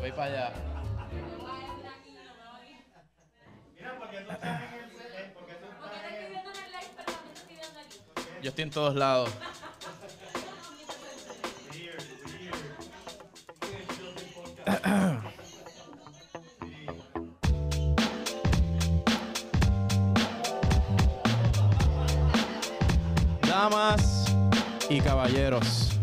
Voy para allá. Mira, porque tú estás en el. eh, Porque tú estás Porque te en. estoy viendo en el live, pero también te estoy viendo aquí. Yo estoy en todos lados. Weird, weird. Damas y caballeros,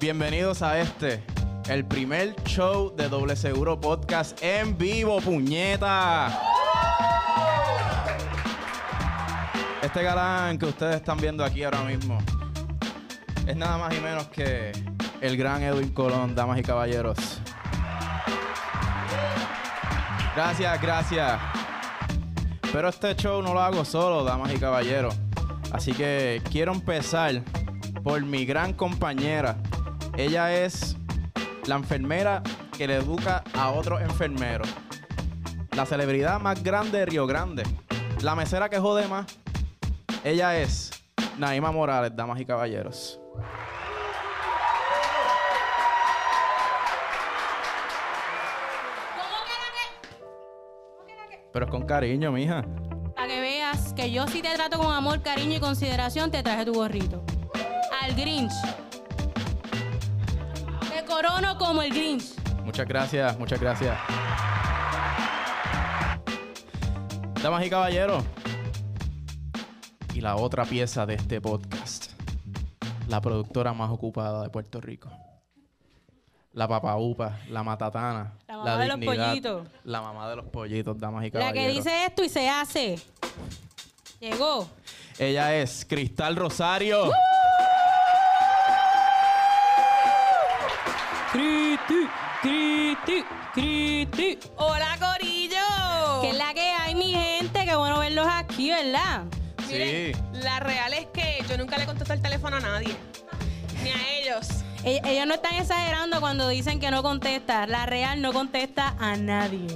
bienvenidos a este, el primer show de Doble Seguro Podcast en vivo, puñeta. Este galán que ustedes están viendo aquí ahora mismo es nada más y menos que el gran Edwin Colón, damas y caballeros. Gracias, gracias. Pero este show no lo hago solo, damas y caballeros. Así que quiero empezar por mi gran compañera. Ella es la enfermera que le educa a otros enfermeros. La celebridad más grande de Río Grande. La mesera que jode más. Ella es Naima Morales, damas y caballeros. ¿Cómo que era que? ¿Cómo que era que? Pero es con cariño, mija. Para que veas que yo sí te trato con amor, cariño y consideración, te traje tu gorrito. Al Grinch. Te corono como el Grinch. Muchas gracias, muchas gracias. Damas y caballeros. Y la otra pieza de este podcast. La productora más ocupada de Puerto Rico. La papaupa, la matatana, La mamá de los dignidad, pollitos. La mamá de los pollitos, damas y La caballeros. que dice esto y se hace. Llegó. Ella es Cristal Rosario. Uh, Criti, criti, criti. Hola, Corillo. Que es la que hay, mi gente. Qué bueno verlos aquí, ¿verdad? Sí. Miren, la real es que yo nunca le contesto el teléfono a nadie. Ni a ellos. E- Ellos no están exagerando cuando dicen que no contesta. La real no contesta a nadie.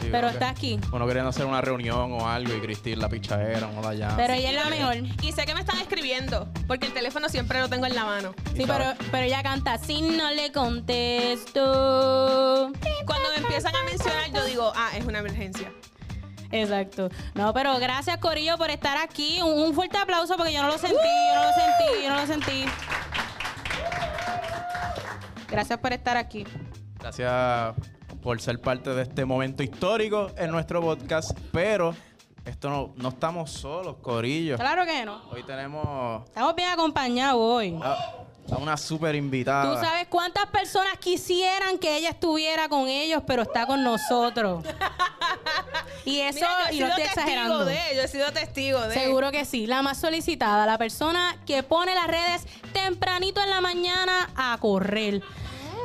Sí, Pero ok. está aquí. Uno queriendo hacer una reunión o algo y Cristil la pichadera, no la llama. Pero ella es la mejor. Y sé que me están escribiendo, porque el teléfono siempre lo tengo en la mano. Y Sí, pero, sabe- pero ella canta, si no le contesto. Cuando me empiezan a mencionar, yo digo, ah, es una emergencia. Exacto. No, pero gracias, Corillo, por estar aquí. Un, un fuerte aplauso porque yo no lo sentí, yo no lo sentí, yo no lo sentí. Gracias por estar aquí. Gracias por ser parte de este momento histórico en nuestro podcast, pero esto no, no estamos solos, Corillo. Claro que no. Hoy tenemos Estamos bien acompañados hoy. a, a una super Tú Ah. invitada. sabes cuántas personas quisieran que ella estuviera con ellos, pero está con nosotros. Y eso, Mira, yo he y no sido estoy exagerando. testigo de, yo he sido testigo de. Seguro que sí, la más solicitada, la persona que pone las redes tempranito en la mañana a correr.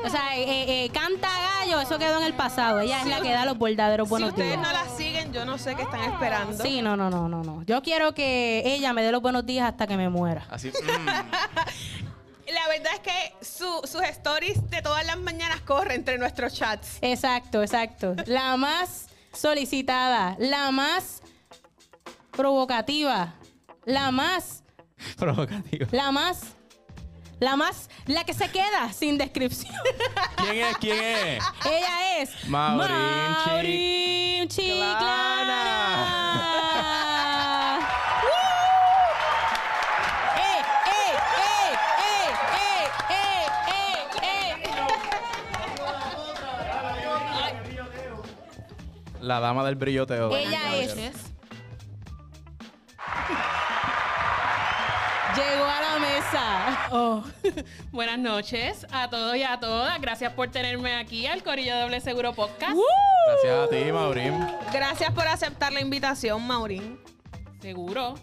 O sea, eh, eh, eh, canta gallo, eso quedó en el pasado. Ella es la que da los verdaderos Si buenos ustedes días. no la siguen, yo no sé qué están esperando. Sí, no, no, no, no, no. Yo quiero que ella me dé los buenos días hasta que me muera. Así, mm, La verdad es que su- sus stories de todas las mañanas corren entre nuestros chats. Exacto, exacto. La más solicitada, la más provocativa, la más, provocativo. la más, la más, la que se queda sin descripción. ¿Quién es? ¿Quién es? Ella es Maurín Maurín Chiclana. ¡Eh, eh, eh, eh, eh, eh, eh, eh! La dama del brilloteo. damas y Ella es. caballeros. Llegó a la mesa. Oh, buenas noches a todos y a todas. Gracias por tenerme aquí al Corillo Doble Seguro Podcast. Gracias a ti, Maurín. Uh. Gracias por aceptar la invitación, Maurín. Seguro.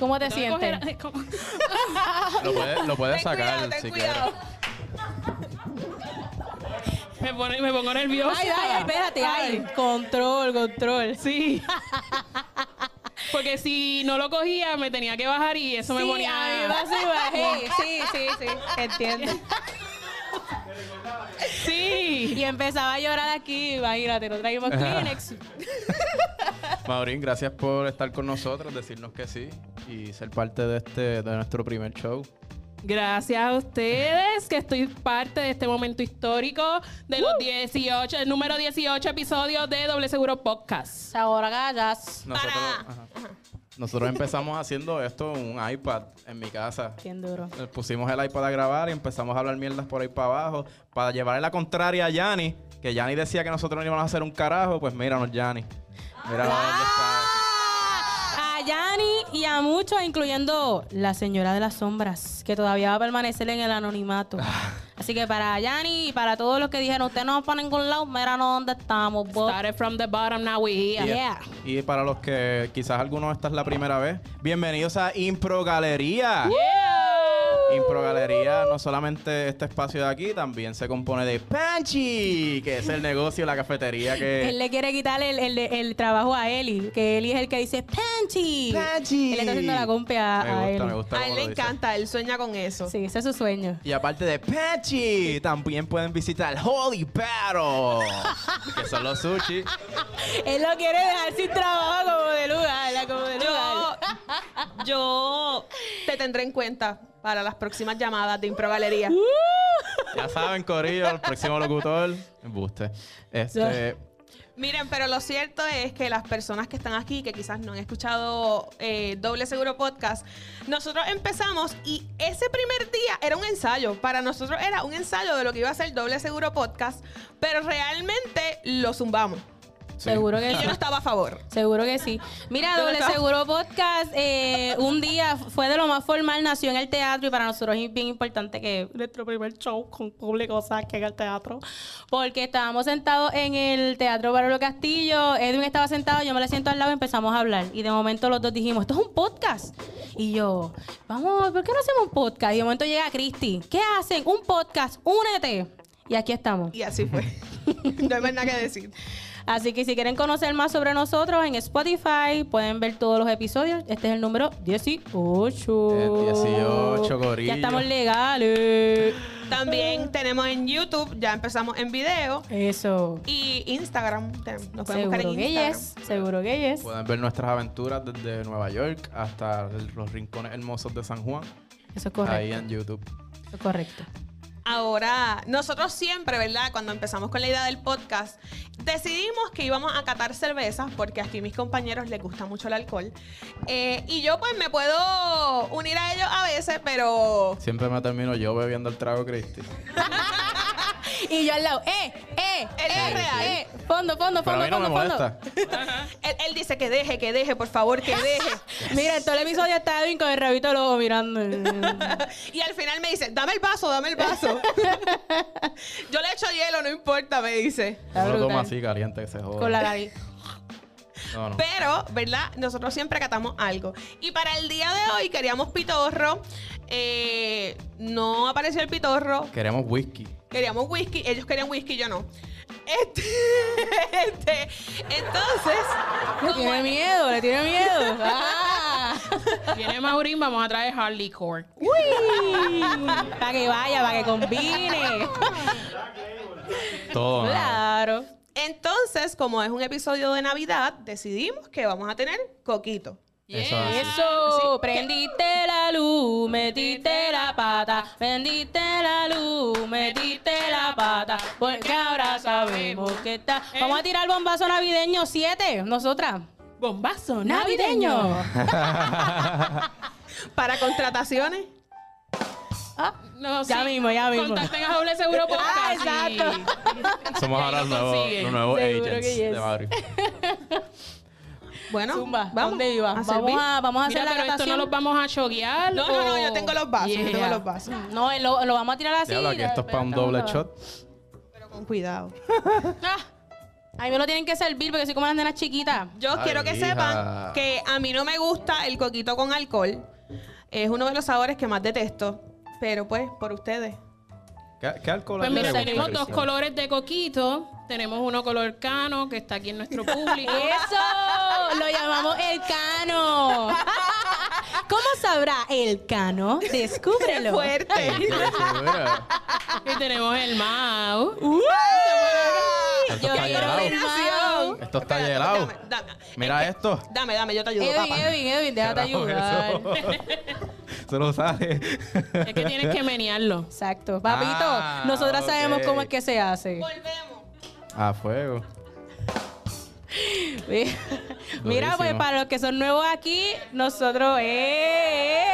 ¿Cómo te No me sientes? cogerá- ¿Cómo? Lo puedes, lo puedes Ten sacar cuidado, ten si quieres. cuidado. Me, pone- me pongo nerviosa. Ay, ay, espérate, ay. Control, control. Sí. Porque si no lo cogía, me tenía que bajar y eso me Ah. Sí, ponía. a mí me sube, sí, sí, sí, sí, entiendo. Sí. Y empezaba a llorar aquí, imagínate, no trajimos Kleenex. Maurín, gracias por estar con nosotros, decirnos que sí y ser parte de este de nuestro primer show. Gracias a ustedes que estoy parte de este momento histórico de los 18, el número 18 episodios de Doble Seguro Podcast. Ahora gallas. Nosotros, Para. ajá. Nosotros empezamos haciendo esto en un iPad en mi casa. Bien duro. Eh, Pusimos el iPad a grabar y empezamos a hablar mierdas por ahí para abajo. Para llevarle la contraria a Yanni, que Yanni decía que nosotros no íbamos a hacer un carajo, pues míranos, Yanni. Míranos dónde está. ¡Ah! A Yanni y a muchos, incluyendo la señora de las sombras, que todavía va a permanecer en el anonimato. Así que para Yanni y para todos los que dijeron, ustedes no van para ningún lado, mira no dónde estamos, vos. Started from the bottom, now we here. Y- Yeah. Y, para los que quizás algunos esta es la primera vez, bienvenidos a Impro Galería. Impro Galería, no solamente este espacio de aquí, también se compone de Panchi, que es el negocio, la cafetería Él que... le quiere quitar el, el- el trabajo a Eli, que Eli es el que dice Panchi. ¡Panchi! Él le está haciendo la compia a, me a gusta, Eli. me gusta. A cómo él lo le dice. encanta, él sueña con eso. Sí, ese es su sueño. Y aparte de Pachi, también pueden visitar Holy Battle, que son los sushi. Él lo quiere dejar sin trabajo como de lugar, como de lugar. Yo, yo te tendré en cuenta para las próximas llamadas de Impro Galería. Ya saben, Corillo, el próximo locutor. Embuste. Este, Miren, pero lo cierto es que las personas que están aquí, que quizás no han escuchado eh, Doble Seguro Podcast, nosotros empezamos y ese primer día era un ensayo. Para nosotros era un ensayo de lo que iba a ser Doble Seguro Podcast, pero realmente lo zumbamos. sí. Seguro que Y yo sí. no estaba a favor. Seguro que sí. Mira, ¿Dónde Doble está? Seguro Podcast, eh, un día fue de lo más formal, nació en el teatro y para nosotros es bien importante que nuestro primer show con público saque en el teatro. Porque estábamos sentados en el Teatro Barolo Castillo, Edwin estaba sentado, yo me le siento al lado y empezamos a hablar. Y de momento los dos dijimos, esto es un podcast. Y yo, vamos, ¿por qué no hacemos un podcast? Y de momento llega Cristi, ¿qué hacen? Un podcast, únete. Y aquí estamos. Y así fue. no hay más nada que decir. Así que si quieren conocer más sobre nosotros en Spotify, pueden ver todos los episodios. Este es el número 18. El 18, corillo. Ya estamos legales. Ah. También tenemos en YouTube, ya empezamos en video. Eso. Y Instagram, te- nos pueden buscar Seguro en que Instagram. yes. Seguro que yes. Pueden ver nuestras aventuras desde Nueva York hasta el- los rincones hermosos de San Juan, Eso es ahí correcto. en YouTube. Eso es correcto. Ahora, nosotros siempre, ¿verdad? Cuando empezamos con la idea del podcast, decidimos que íbamos a catar cervezas, porque aquí mis compañeros les gusta mucho el alcohol. Eh, y yo pues me puedo unir a ellos a veces, pero... Siempre me termino yo bebiendo el trago Cristi. Y yo al lado, eh, eh, Él es real. eh. Fondo, fondo, Pero a fondo, mí no me fondo, fondo. molesta. Él, él dice que deje, que deje, por favor, que deje. Mira, en todo el episodio está Edwin con el rabito del ojo mirando. y al final me dice, dame el vaso, dame el vaso. yo le echo hielo, no importa, me dice. No lo tomo brutal. así caliente que se joda. Con la nariz. No, no. Pero, ¿verdad? Nosotros siempre catamos algo. Y para el día de hoy queríamos pitorro. Eh, no apareció el pitorro. Queremos whisky. Queríamos whisky. Ellos querían whisky, yo no. Este, este, entonces, Le tiene miedo, le tiene miedo. Ah. Viene Maurín, vamos a traer hard liquor. ¡Uy! Para que vaya, para que combine. Todo. nada. Claro. entonces, como es un episodio de Navidad, decidimos que vamos a tener coquito. Eso es así. Eso, prendiste la luz, metiste la pata, prendiste la luz, metiste la pata, porque ahora sabemos que está. Vamos a tirar bombazo navideño 7, nosotras. Bombazo Navideño. Para contrataciones. Ah, No, Ya mismo, ya mismo. Contacten a Doble Seguro Podcast. Ah, y- Somos ahora los Ahí lo nuevos, consiguen. los nuevos Seguro agents que yes. de Madrid. Bueno, Zumba, ¿a vamos ¿dónde iba? a vamos, servir. a, vamos a hacer Mira, la pero esto no catación. los vamos a choguear. No, no, no, o- yo tengo los vasos, yo tengo Yeah. los vasos. No, eh, lo, lo vamos a tirar así. Diablo, aquí esto es para un doble shot. Pero con cuidado. Ah, a mí me lo tienen que servir porque soy como las nenas chiquitas. Yo Ay, quiero que hija. sepan que a mí no me gusta el coquito con alcohol. Es uno de los sabores que más detesto. Pero pues, por ustedes. ¿Qué, qué alcohol Pues aquí mira, le gusta, tenemos dos Cristian? colores de coquito. Tenemos uno color cano que está aquí en nuestro público. Eh. Eso, lo llamamos el cano. ¿Cómo sabrá el cano? ¡Qué Descúbrelo. fuerte! Sí, sí, mira. y tenemos el Mau. ¡Uy! Esto Yo está quiero helado. el Mau. Esto está Espérate, helado. Dame, dame, Mira esto. dame, dame, yo te ayudo, Edwin, papá. Edwin, Edwin, déjate Carajo, ayudar. eso. Eso no sale. Es que tienes que menearlo. Exacto. Papito, Ah, nosotras sabemos ok. cómo es que se hace. Volvemos. A fuego. Mira, pues Durísimo. para los que son nuevos aquí, nosotros. ¡Eh!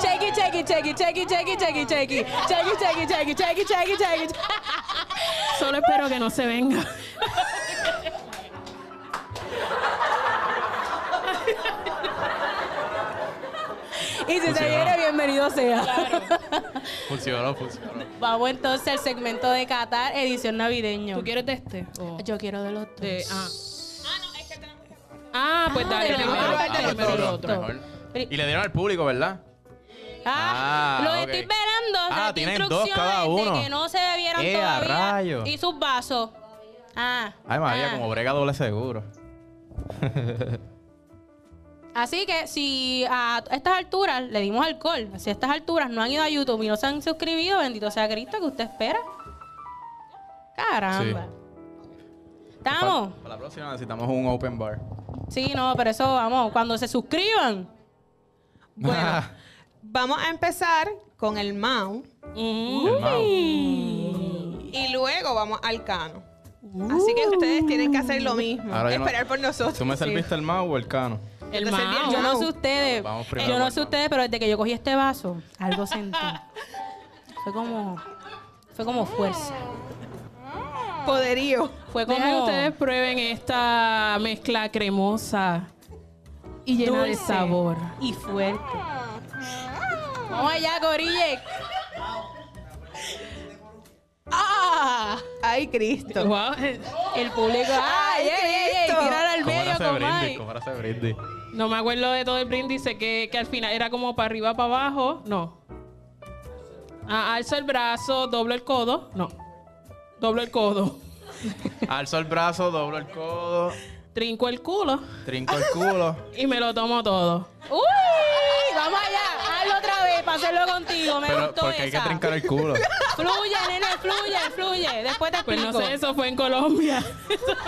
Chequi, chequi, chequi, chequi, chequi, chequi, chequi. Chequi, chequi, chequi, chequi, chequi, chequi. Solo espero que no se venga. Y si se Funcionó. viene, bienvenido sea. Funcionó, funcionó. Vamos entonces al segmento de Qatar, edición navideño. ¿Tú quieres de este? o Yo quiero de los dos. de- ah. Ah, no, es que tenemos que. Ah, pues Ah, dale. tenemos que primero. hablar Ah, del primero otro. el este Mejor. Y le dieron al público, ¿verdad? Ah, Ah, lo ok. estoy esperando. o sea, Ah, di tienen dos instrucciones cada De uno. que no se bebieron ¡Eh, a todavía. rayos! Y sus vasos. Ah. Ay, María, ah. como brega doble seguro. Así que si a estas alturas le dimos alcohol, si a estas alturas no han ido a YouTube y no se han suscribido, bendito sea Cristo que usted espera. Caramba. ¿Estamos? Para, para la próxima necesitamos un open bar. Sí, no, pero eso vamos. Cuando se suscriban. Bueno, vamos a empezar con el Mau Mm. El Mau. y luego vamos al Cano. Así que ustedes tienen que hacer lo mismo. Ahora yo no- esperar por nosotros. ¿Tú me serviste el Mau o el Cano? El Yo te serví el Mao. Mao. Yo no sé ustedes. Vamos primero Yo no por sé Mau. ustedes, pero desde que yo cogí este vaso, algo sentí. Fue como. Fue como fuerza. Sí. Poderío. Fue Deja como. que ustedes prueben esta mezcla cremosa y llena de Dulce. sabor. y fuerte. Vamos allá, Gorille. ¡Ah! ¡Ay, Cristo! Wow. El público. ¡Ay, ¡Ay, ey, ey, ey! Cristo! Tirar al ¿Cómo era medio, ese comay. brindis? ¿Cómo era ese brindis? No me acuerdo de todo el brindis, sé que, que al final era como para arriba, para abajo. No. Ah, alza el brazo, doblo el codo. No. Doblo el codo. Alzo el brazo, doblo el codo, Trinco el culo trinco el culo. y me lo tomo todo. ¡Uy! Vamos allá. Hazlo otra vez para hacerlo contigo. Me Pero gustó porque hay que esa. trincar el culo. Fluye, nene, fluye, fluye. Después te Pues explico. no sé, eso fue en Colombia.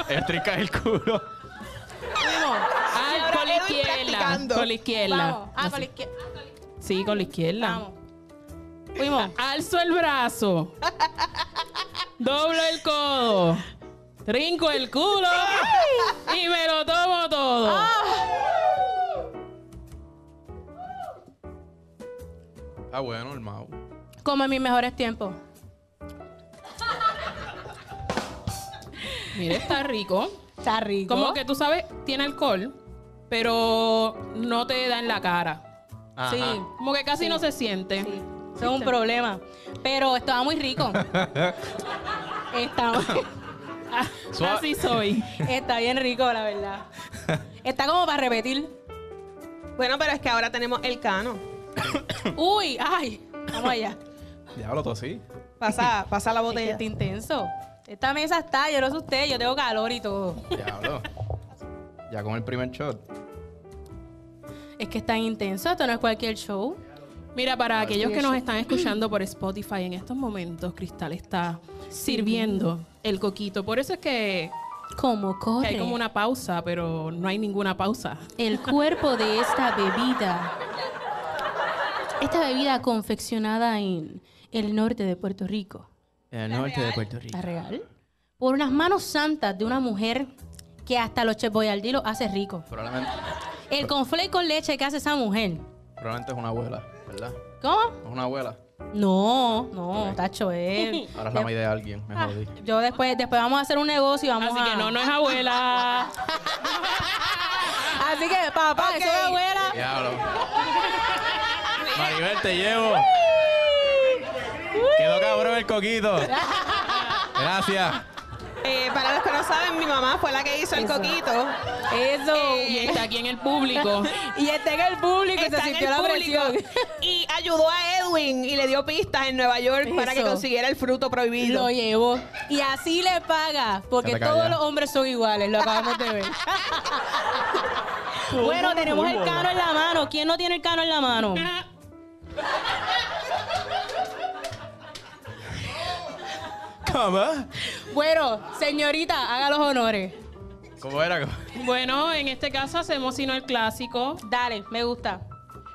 Es trincar el culo. Fuimos. Ay, ahora Ah, con la Edwin izquierda. practicando. Con la izquierda. Vamos. Ah, con la izquierda. Sí, con la izquierda. Vamos. Fuimos. Alzo el brazo. Doblo el codo. Trinco el culo. Y me lo tomo todo. Ah, bueno, el Mau. Como en mis mejores tiempos. Mire, está rico. Está rico. Como que tú sabes, tiene alcohol, pero no te da en la cara. Ajá. Sí. Como que casi no se siente. Sí, eso es un problema. Pero estaba muy rico. Estaba, Ah, Suave. Así soy. está bien rico, la verdad. Está como para repetir. Bueno, pero es que ahora tenemos el Cano. Uy, ay, vamos allá. Diablo, tú sí. Pasa, pasa la Es que botella. está intenso. Esta mesa está, yo no sé usted, yo tengo calor y todo. Diablo. Ya con el primer shot. Es que es tan intenso, esto no es cualquier show. Mira, para aquellos que nos están escuchando por Spotify en estos momentos, Cristal está sirviendo el coquito. Por eso es que, Como que corre hay como una pausa, pero no hay ninguna pausa. el cuerpo de esta bebida. Esta bebida confeccionada en el norte de Puerto Rico. En el norte de Puerto Rico. ¿La real? Por las manos santas de una mujer que hasta los Chef Boyardee lo hace rico. Probablemente, El conflé con leche que hace esa mujer. probablemente es una abuela, ¿verdad? ¿Cómo? Es una abuela. No, no, tacho, él. Ahora es la maíz de alguien, me jodí. Yo después, después vamos a hacer un negocio y vamos Así a... que no, no es abuela. Así que, papá, Ok. eso es abuela. Diablo. Maribel, te llevo. Quedó cabrón el coquito. Gracias. Eh, para los que no saben, mi mamá fue la que hizo el coquito. Eso. Y está aquí en el público. y está en el público y se Está en sintió el la público presión. y ayudó a Edwin y le dio pistas en Nueva York para que Eso. consiguiera el fruto prohibido. Lo llevó. Y así le paga, porque Vete para todos allá. los hombres son iguales, lo acabamos de ver. bueno, tenemos el cano en la mano. ¿Quién no tiene el cano en la mano? ¿Cómo? Bueno, señorita, haga los honores. ¿Cómo era? ¿Cómo? Bueno, en este caso hacemos sino el clásico. Dale, me gusta.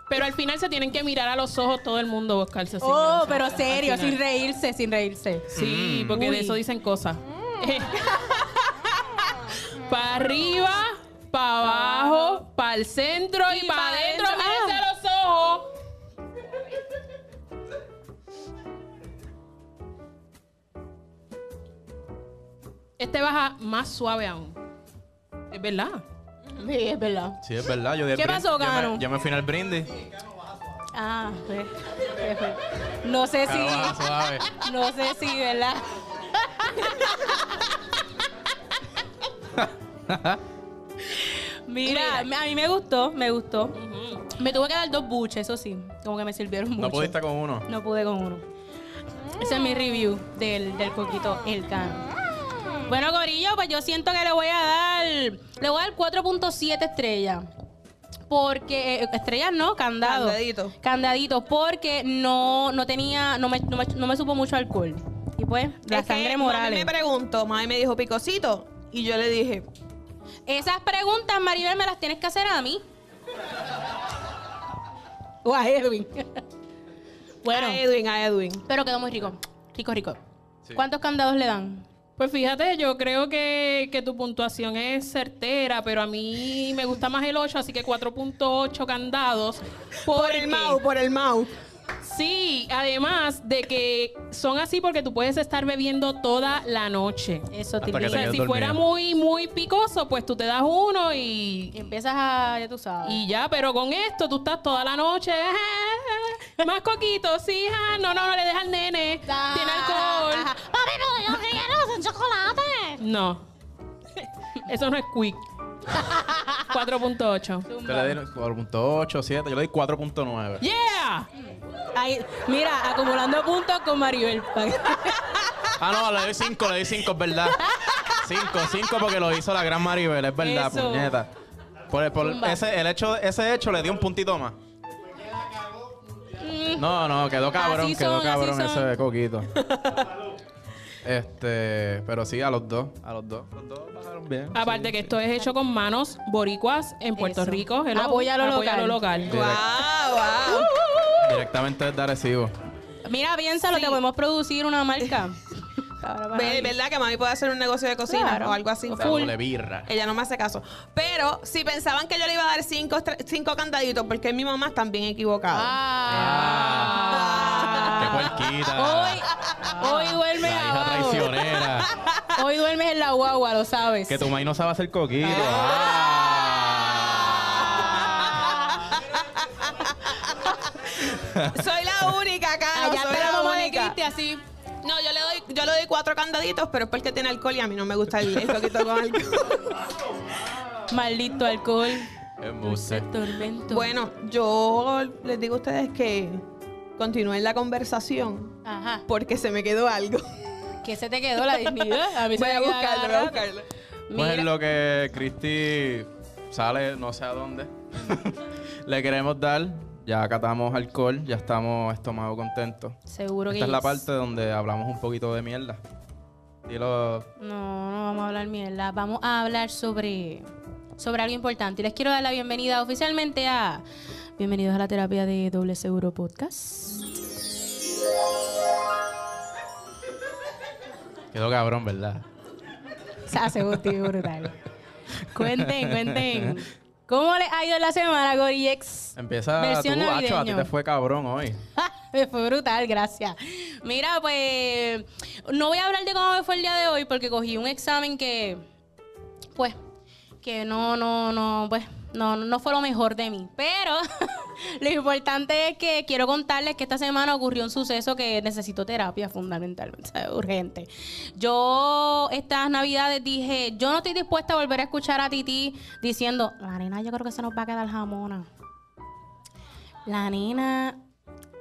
Pero al final se tienen que mirar a los ojos todo el mundo, Oscar. se oh, sigue. pero Al serio, final. sin reírse, sin reírse. Sí, Mm. porque Uy. Mm. de eso dicen cosas. para arriba, para abajo, para el centro y, Y para pa' adentro. adentro. Ah. Mírense a los ojos. Este baja más suave aún. Es verdad. Sí, es verdad. Sí, es verdad. Yo di el ¿Qué brin- pasó, yo me- Cano? Yo me fui en el brindis. Ah, pues, qué fue. No sé Cano, baja si, suave. no sé si, ¿verdad? Mira, a mí me gustó, me gustó. Me tuve que dar dos buches, eso sí. Como que me sirvieron mucho. No pudiste con uno. No pude con uno. Ese es mi review del, del coquito El Cano. Bueno, Corillo, pues yo siento que le voy a dar. Le voy a dar 4.7 estrellas. Porque. eh, estrellas no, candado. Candadito. Candadito, porque no, no tenía. No me, no, me, no me supo mucho alcohol. Y pues, la Es que sangre Mami Morales. me preguntó, mami me dijo picosito. Y yo le dije, Esas preguntas, Maribel, me las tienes que hacer a mí. O a Edwin. bueno, a Edwin, a Edwin. pero quedó muy rico. Rico, rico. Sí. ¿Cuántos candados le dan? Pues fíjate, yo creo que, que tu puntuación es certera, pero a mí me gusta más el 8, así que 4.8 candados. Por el Mau, por el Mau. Sí, además de que son así porque tú puedes estar bebiendo toda la noche. Eso te Hasta que O te sea, quedes si dormido. fuera muy, muy picoso, pues tú te das uno Y y, empiezas a, ya tú sabes. y ya, pero con esto tú estás toda la noche. ah, Más coquito, sí, ah, no, no, no le dejas al nene. Tiene alcohol. Mami, no, yo quiero ese chocolate. No. Eso no es quick. 4.8. Te le di 4.8, 7. Yo le di 4.9. ¡Yeah! Ahí, mira, acumulando puntos con Maribel. Ah, no, le doy 5, le doy 5, es verdad. 5, 5 porque lo hizo la gran Maribel, es verdad, Eso. puñeta. Por, por Zumba. ese, el hecho, ese hecho le dio un puntito más. No, no, quedó cabrón, Así quedó son, así cabrón son. ese coquito. Este, pero sí, a los dos, a los dos. Los dos bajaron bien. Aparte sí, que sí. esto es hecho con manos boricuas en Puerto Eso. Rico. Hello. Apoya lo local. local. Direct- Wow, wow. Uh, directamente desde Arecibo. mira, piénsalo, que podemos producir una marca. Ahora para Ve- mí. ¿Verdad que mami puede hacer un negocio de cocina Claro. o algo así? O sea, Full. doble birra. Ella no me hace caso. Pero si pensaban que yo le iba a dar cinco, estre- cinco candaditos, porque mi mamá está bien equivocada. Ah. Qué Ah. puerquita. Hoy, hoy duermes la hija abajo. traicionera. Hoy duermes en la guagua, lo sabes. Que tu maíz no sabe hacer coquito. Ah. Ah. Soy la única, Caro. Allá soy Ah, está la la mamá de única. Cristi así. No, yo le doy, yo le doy cuatro candaditos, pero es porque tiene alcohol y a mí no me gusta el, el coquito con alcohol. Maldito alcohol. Embuste. Tormento. bueno, yo les digo a ustedes que continúen la conversación Ajá. porque se me quedó algo. ¿Qué se te quedó la dignidad? A mí se Voy me a queda buscarlo, voy cada a rato. buscarlo. Pues Mira. en lo que Cristi sale no sé a dónde. Le queremos dar. Ya catamos alcohol, ya estamos estómago contentos. Seguro que Esta es la yes. parte donde hablamos un poquito de mierda. Dilo. No, no vamos a hablar mierda. Vamos a hablar sobre, sobre algo importante. Y les quiero dar la bienvenida oficialmente a. Bienvenidos a la terapia de Doble Seguro Podcast. Quedó cabrón, ¿verdad? Se hace gustivo brutal. cuenten, cuenten. ¿Cómo les ha ido la semana, Gorillex? Empieza Versión tú, Acho, a ti navideño. te fue cabrón hoy. me fue brutal, gracias. Mira, pues no voy a hablar de cómo me fue el día de hoy porque cogí un examen que, pues, que no, no, no, pues, no, no fue lo mejor de mí. Pero lo importante es que quiero contarles que esta semana ocurrió un suceso que necesito terapia fundamentalmente, o sea, urgente. Yo estas navidades dije, yo no estoy dispuesta a volver a escuchar a Titi diciendo, la nena yo creo que se nos va a quedar jamona. La nena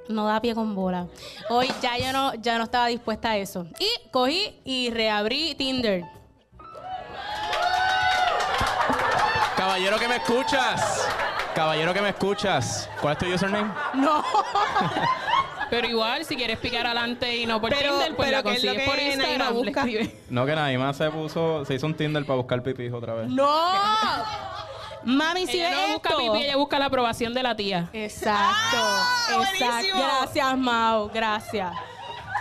no da pie con bola. Hoy ya yo no, ya no estaba dispuesta a eso. Y cogí y reabrí Tinder. Caballero que me escuchas. Caballero que me escuchas. ¿Cuál es tu username? No. Pero igual, si quieres picar adelante y no por Pero- Tinder, pues pero la ¿qué es lo consigues que por Naima Instagram. le busca? escribes. No, que nadie más se puso, se hizo un Tinder para buscar pipijo otra vez. ¡No! Mami, si Ella ves no busca esto. pipí, ella busca la aprobación de la tía. Exacto. Ah, buenísimo. exacto. Gracias, Mau. Gracias.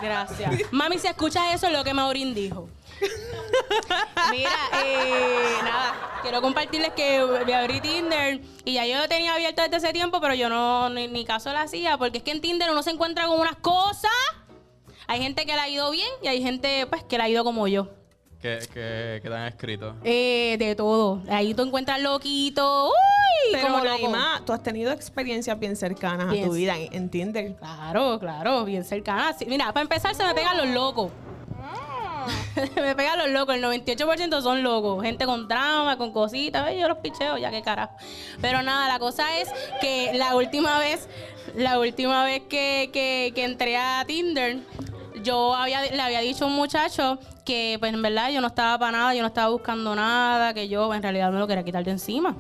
Gracias. Mami, si escuchas eso, es lo que Maurín dijo. Mira, eh, nada, quiero compartirles que me abrí Tinder y ya yo lo tenía abierto desde ese tiempo, pero yo no ni, ni caso le hacía, porque es que en Tinder uno se encuentra con unas cosas. Hay gente que le ha ido bien y hay gente pues que le ha ido como yo. Que, que, que te han escrito. Eh, de todo. Ahí tú encuentras loquito. Uy, Pero como loco. Naima, tú has tenido experiencias bien cercanas a Bien. tu vida en, en Tinder. Claro, claro, bien cercana. Sí, mira, para empezar se me pegan los locos. se me pegan los locos, el 98% son locos, gente con trauma, con cositas, ay, yo los picheo, ya qué carajo. Pero nada, la cosa es que la última vez, la última vez que, que- que entré a Tinder, yo había, le había dicho a un muchacho que pues en verdad yo no estaba para nada, yo no estaba buscando nada, que yo en realidad me lo quería quitar de encima.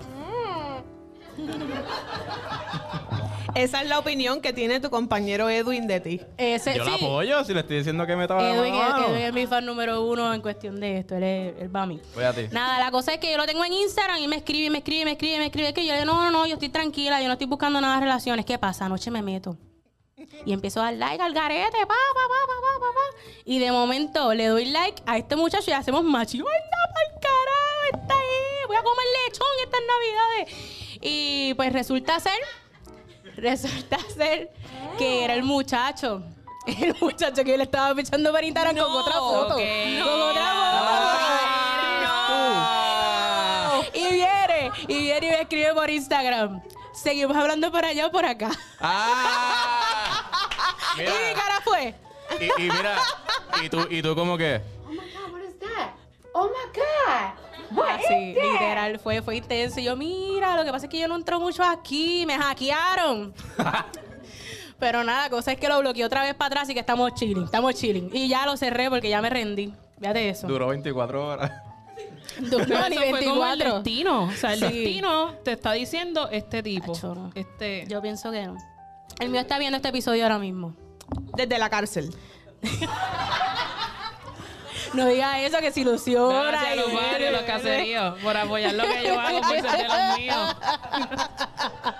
Esa es la opinión que tiene tu compañero Edwin de ti. Ese, Yo la sí. apoyo si le estoy diciendo que me estaba Edwin, la mano. Edwin es mi fan número uno en cuestión de esto. Él es el Bami. Voy a ti. Nada, la cosa es que yo lo tengo en Instagram y me escribe, me escribe, me escribe, me escribe. Que yo le digo, no, no, no, yo estoy tranquila, yo no estoy buscando nada de relaciones. ¿Qué pasa? Anoche me meto. Y empiezo a dar like al garete, pa, pa, pa, pa, pa, pa, pa. Y de momento le doy like a este muchacho y hacemos macho. ¡Ay, anda pa'l carajo! Está ahí. Voy a comer lechón estas navidades. Y pues resulta ser, resulta ser que era el muchacho. El muchacho que yo le estaba pichando para Instagram con No, Ah. otra foto. ok. Con otra ¡Ah! foto. Y viene, y viene y me escribe por Instagram. Seguimos hablando por allá o por acá. ¡Ah! Y mi Mira, cara fue. y, y mira, y tú, y tú como que, Oh my god, what is that? Oh my god! What is Así, that? literal, fue, fue intenso. Y yo, mira, lo que pasa es que yo no entro mucho aquí, me hackearon. Pero nada, la cosa es que lo bloqueé otra vez para atrás y que estamos chilling, estamos chilling. Y ya lo cerré porque ya me rendí. Fíjate eso. duró 24 horas. Duró Pero ni eso fue como el 24. destino. O sea, el Sí. destino te está diciendo este tipo. Acho, no. Este. Yo pienso que no. El mío está viendo este episodio ahora mismo. Desde la cárcel. No diga eso, que se ilusiona. Gracias a los y- barrios, los caseríos, por apoyar lo que yo hago por ser de los míos.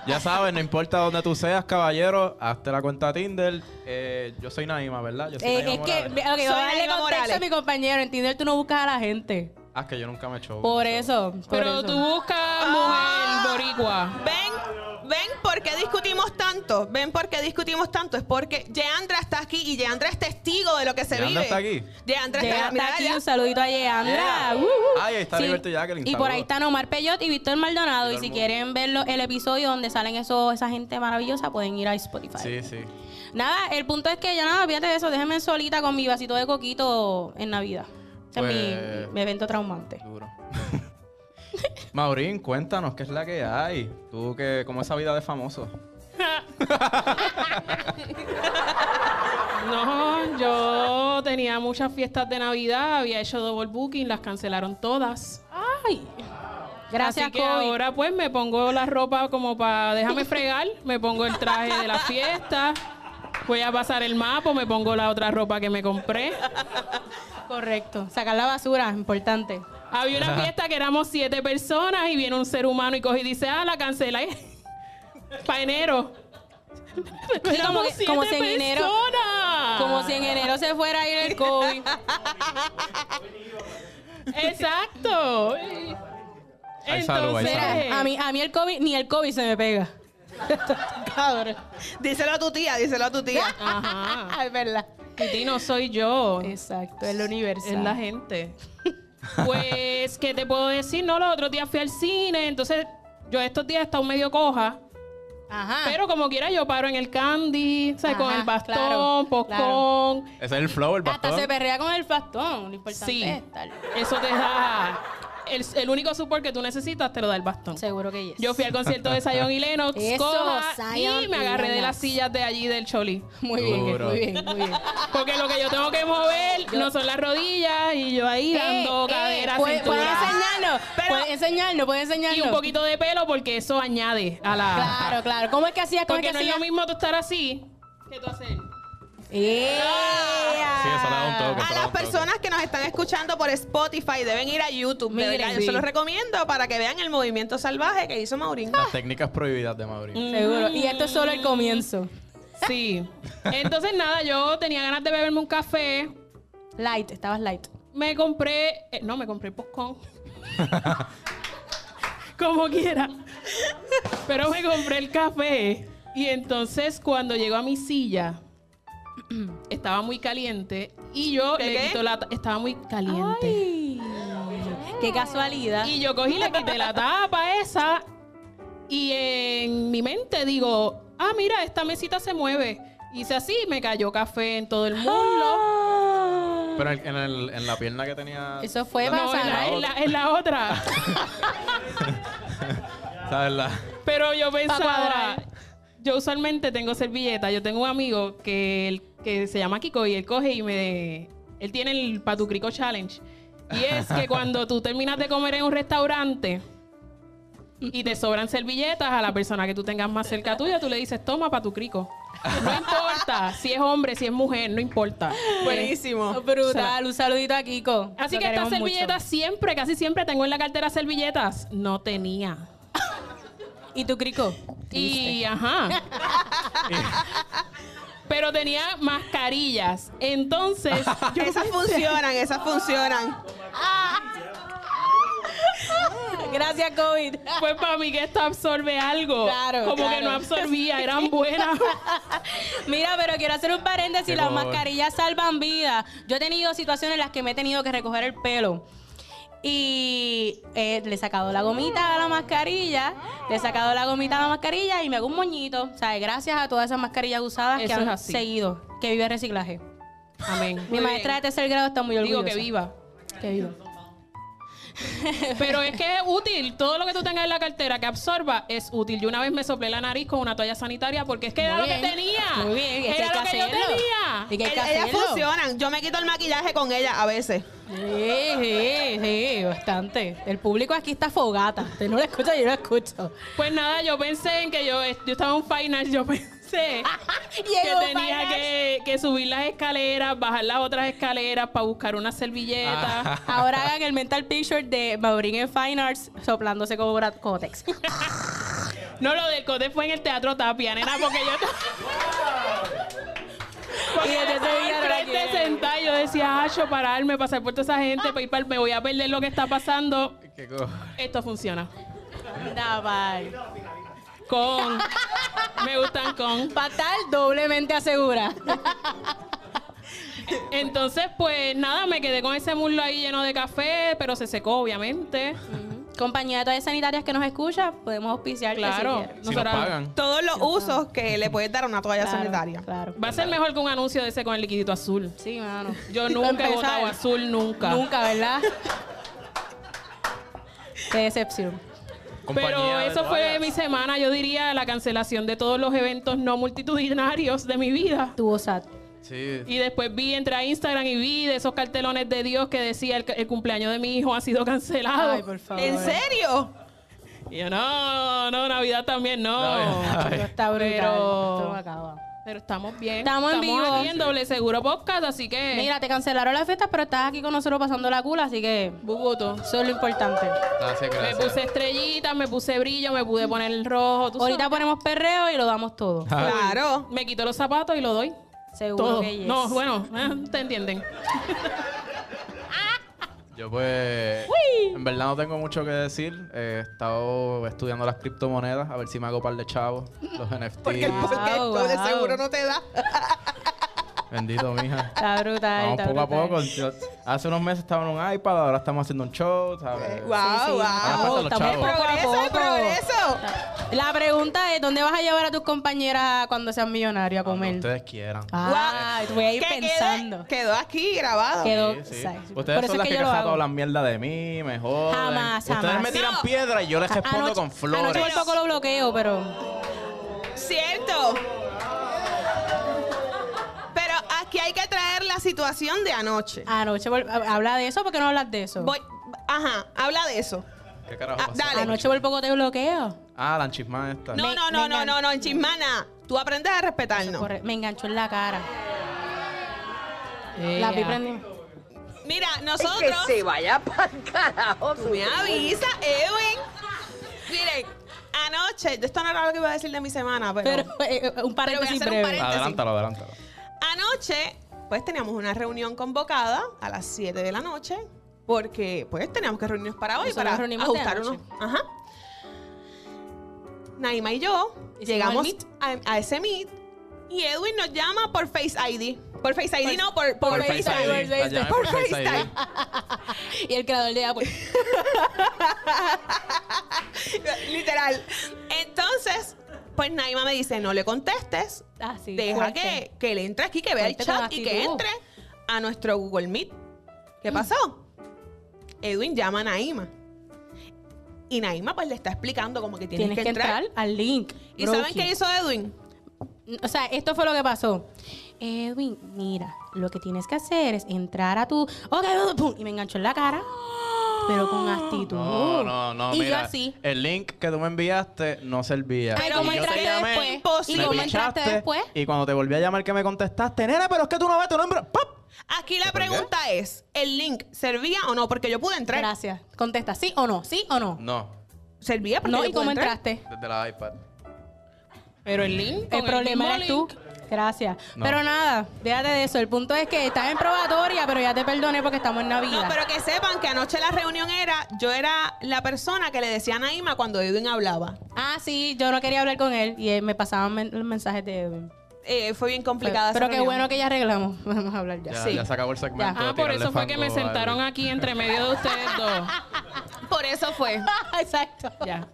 Ya sabes, no importa dónde tú seas, caballero, hazte la cuenta Tinder. Eh, yo soy Naima, ¿verdad? Yo soy Eh, Naima es Morales. que, ok, vamos Soy a darle Naima contexto Morales. a mi compañero. En Tinder tú no buscas a la gente. Ah, que yo nunca me he hecho. Por eso. por eso. Pero Ah. tú buscas mujer boricua. Ven, ven por qué discutimos tanto. Ven por qué discutimos tanto. Es porque Yeandra está aquí y Yeandra es testigo de lo que se Yeandra vive. está aquí. Yeandra está, Llega mira, hasta aquí ya. un saludito a Yeandra. Yeah. Uh, uh. Ay, ahí está Liberty Jacqueline, Y por saludos. ahí están Omar Peyot y Víctor Maldonado. Y si quieren ver lo- el episodio donde salen eso, esa gente maravillosa, pueden ir a Spotify. Sí, sí. Nada, el punto es que ya nada, fíjate de eso. Déjenme solita con mi vasito de coquito en Navidad. Ese es mi- Pues- mi, mi evento traumante. Duro. Maurín, cuéntanos, ¿qué es la que hay? Tú, que, ¿cómo es esa vida de famoso? No, yo tenía muchas fiestas de Navidad, había hecho double booking, las cancelaron todas. Ay. Gracias, Así que COVID. ahora pues me pongo la ropa como para déjame fregar, me pongo el traje de la fiesta, voy a pasar el mapa, me pongo la otra ropa que me compré. Correcto. Sacar la basura, importante. Había una fiesta que éramos siete personas y viene un ser humano y coge y dice, ah, la cancelé. Para enero. Sí, como Éramos que- como siete si en enero- personas. Como si en enero se fuera a ir el COVID. Exacto. Hay salud, hay Entonces, salud. Mira, a mí, a mí el COVID, ni el COVID se me pega. Cabrón. Díselo a tu tía, díselo a tu tía. Ajá. Ah, es verdad. Titi no soy yo. Exacto, el universo. Es la gente. Pues, ¿qué te puedo decir? No, los otros días fui al cine, entonces yo estos días he estado medio coja. Ajá. Pero como quiera, yo paro en el candy, ¿sabes? con Ah. Ajá, el bastón, claro, popcorn. Ese es el flow, el hasta bastón. se perrea con el bastón. Lo importante Sí. es tal. Eso te da. El, el único support que tú necesitas te lo da el bastón. Seguro que yes. Yo fui al concierto de Zion y Lennox, Eso, coja, Zion y me y agarré de las Lennox. sillas de allí del Choli. Muy bien, Duro. muy bien, muy bien. Porque lo que yo tengo que mover no son las rodillas y yo ahí dando Eh, cadera, eh, puede- cintura. Ah, Puede enseñarnos, Pero- puede enseñarnos, puede enseñarnos. y un poquito de pelo porque eso añade a la... Claro, claro. ¿Cómo es que hacías? ¿Cómo Porque es no que es lo hacías? mismo tú estar así que tú hacer. ¡Ea! Sí, eso le da un toque. A las personas que nos están escuchando por Spotify deben ir a YouTube. de Miren, verdad, sí. yo se los recomiendo para que vean el movimiento salvaje que hizo Maurín. Ah, Las técnicas prohibidas de Madrid. Mm. Seguro. Y esto es solo el comienzo. Sí. Entonces, nada, yo tenía ganas de beberme un café. Light, estabas light. Me compré. eh, no, me compré postcón. Como quiera. Pero me compré el café. Y entonces, cuando llegó a mi silla, estaba muy caliente. Y yo ¿Qué, le qué? quito la. ta- Estaba muy caliente. Qué casualidad. Y yo cogí, le quité la tapa esa. Y en mi mente digo, ah, mira, esta mesita se mueve. Hice así, me cayó café en todo el muslo. Pero en, en el- en la pierna que tenía. Eso fue la- No, en la, en la- en la otra. ¿Sabes? La- Pero yo pensaba, cuadrar. yo usualmente tengo servilleta. Yo tengo un amigo que, él- que se llama Kiko y él coge y me... Él tiene el Patucrico Challenge. Y es que cuando tú terminas de comer en un restaurante y te sobran servilletas a la persona que tú tengas más cerca tuya, tú le dices, toma Patucrico. No importa si es hombre, si es mujer, no importa. Buenísimo. Brutal. Un saludito a Kiko. Así Lo que estas queremos mucho. servilletas siempre, casi siempre tengo en la cartera servilletas. No tenía. ¿Y tú, Crico? Y ajá. Pero tenía mascarillas. Entonces, yo Esas funcionan, esas funcionan. Gracias, COVID. pues para mí que esto absorbe algo. Claro, Como que claro. no absorbía, eran buenas. Mira, pero quiero hacer un paréntesis. Qué Las favor. mascarillas salvan vidas. Yo he tenido situaciones en las que me he tenido que recoger el pelo. Y eh, le he sacado la gomita a la mascarilla. Le he sacado la gomita a la mascarilla y me hago un moñito. O sea, gracias a todas esas mascarillas usadas que Eso es han así. seguido. Que vive el reciclaje. Amén. Mi maestra de tercer grado está muy orgullosa. Digo que viva. Que viva. Pero es que es útil. Todo lo que tú tengas en la cartera que absorba es útil. Yo una vez me soplé la nariz con una toalla sanitaria porque es que era Muy lo que bien. tenía. Muy bien. es que Era hay lo que yo hacerlo. tenía. Y que hay que Ellas hacerlo. funcionan. Yo me quito el maquillaje con ellas a veces. Sí, sí, sí, bastante. El público aquí está fogata. Usted no lo escucha, yo lo escucho. Pues nada, yo pensé en que yo, yo estaba en final, yo pensé Llegó que tenía Finance. que, que subir las escaleras, bajar las otras escaleras para buscar una servilleta. Ahora hagan el mental picture de Maurín en Fine Arts soplándose como Brad Cotex. No, lo del cote fue en el Teatro Tapia, nena, porque yo... Y Porque yo desde ese estaba día al no la frente quiero. sentada y yo decía, yo pararme, pasar por toda esa gente, para ir para el- me voy a perder lo que está pasando. ¿Qué co- Esto funciona. Anda, bye. Con... Me gustan con... Fatal doblemente asegura. Entonces, pues nada, me quedé con ese muslo ahí lleno de café, pero se secó, obviamente. Compañía de toallas sanitarias que nos escucha, podemos auspiciar. Claro. Si nos Nosotras- pagan. Todos los usos que le puedes dar a una toalla sanitaria. Claro. Va a ser mejor que un anuncio de ese con el liquidito azul. Sí, mano. Yo Para nunca he empezar. votado azul, nunca. Nunca, ¿verdad? Qué decepción. Pero Compañía de eso fue toallas. mi semana, yo diría, la cancelación de todos los eventos no multitudinarios de mi vida. Tuvo sad. Sí. Y después vi, entré a Instagram y vi de esos cartelones de Dios que decía el, el cumpleaños de mi hijo ha sido cancelado. favor. ¿En serio? Y yo, no, no, Navidad también no. Navidad. Esto está brutal. Pero- Esto no acaba. Pero estamos bien. Estamos en vivo. aquí en Doble Seguro Podcast, así que... Mira, te cancelaron la fiesta, pero estás aquí con nosotros pasando la cula, así que Bubuto. eso es lo importante. Gracias, Me ah, gracias. puse estrellitas, me puse brillo, me pude poner el rojo. ¿tú Ahorita ponemos perreo y lo damos todo. Claro. sabes? Me quito los zapatos y lo doy. Seguro Todo. que yes. No, bueno, eh, te entienden. Yo pues... En verdad no tengo mucho que decir. Eh, he estado estudiando las criptomonedas. A ver si me hago par de chavos. Los Porque, NFTs. porque Wow, esto de wow. seguro no te da. Bendito, mija. Está brutal. Vamos está poco a brutal. poco. Yo- hace unos meses estaba en un iPad, ahora estamos haciendo un show, ¿sabes? Sí, sí, Wow, Ah, wow. estamos- falta los estamos chavos. poco a Progreso, poco. progreso. La pregunta es, ¿dónde vas a llevar a tus compañeras cuando seas millonario a Cuando comer? ustedes quieran. Ah, voy a ir Que quede- pensando. quedó aquí grabado. Quedó. Sí, sí. exacto. Por Ustedes eso son las es que, yo lo casi hago. hablan mierda de mí, me joden. Jamás, Ustedes jamás. me tiran No. piedra y yo les respondo Anoche- con Anoche flores. por poco lo bloqueo, pero... Cierto. Pero aquí hay que traer la situación de anoche. Anoche... vol- Habla de eso, porque no hablas de eso? Voy, ajá, habla de eso. ¿Qué carajo Ah, pasó? dale. Anoche por poco te bloqueo. Ah, la enchismada esta. No, Me- no, no, me no, no, no, en chismana. Tú aprendes a respetarnos. Corre- Me enganchó en la cara. Ella. La pi prendida. Mira, Es nosotros. que se vaya para el carajo. Tú me avisas, Edwin. Miren, anoche, de esto no era lo que iba a decir de mi semana, pero. Pero eh, eh, un paréntesis hacer un breve. paréntesis. Adelántalo, adelántalo. Anoche, pues teníamos una reunión convocada a las 7 de la noche, porque pues teníamos que reunirnos para hoy, Eso para nos reunimos de ajustar anoche. unos. Ajá. Naima y yo Hicimos llegamos el meet. a, a ese meet y Edwin nos llama por Face ID. Por Face ID, Por- no, por, por, Por Face Face ID. ID. La llamé Por por Face Face ID. Y el creador pues, de Apple. Literal. Entonces, pues Naima me dice, no le contestes, Ah, sí, deja fuerte. que, que le entre aquí, que vea el Fuerte con chat y que actitud. Mm. entre a nuestro Google Meet. ¿Qué pasó? Edwin llama a Naima. Y Naima pues le está explicando como que tienes, Tienes que entrar al link. ¿Y Broki. saben qué hizo Edwin? O sea, esto fue lo que pasó. Edwin, mira, lo que tienes que hacer es entrar a tu. Ok, pum, y me enganchó en la cara. Pero con actitud. No, no, no. Y mira, yo así. El link que tú me enviaste no servía. Ay, Y ¿cómo yo te entraste llamé, después? me ¿Y cómo entraste pichaste, después? Y cuando te volví a llamar que me contestaste, nena, pero es que tú no ves tu nombre. ¡Pop! Aquí la ¿Por qué? pregunta es, ¿el link servía o no? Porque yo pude entrar. Gracias. Contesta, ¿sí o no? ¿Sí o no? No, ¿Servía? Porque No, yo ¿y pude cómo entrar. entraste? desde la iPad. Pero el link. con El problema mismo eres tú. link- Gracias. No. Pero nada, déjate de eso. El punto es que estás en probatoria, pero ya te perdoné porque estamos en Navidad. No, pero que sepan que anoche la reunión era, yo era la persona que le decía a Naima cuando Edwin hablaba. Ah, sí, yo no quería hablar con él y él me pasaban men- los mensajes de Edwin. Eh, fue bien Pero, complicada. pero qué bueno que ya arreglamos. Vamos a hablar ya. Ya, Sí. ya se acabó el segmento. Ah, de por tirarle eso fue que fango me a alguien. sentaron aquí entre medio de ustedes dos. Por eso fue. Exacto. Ya.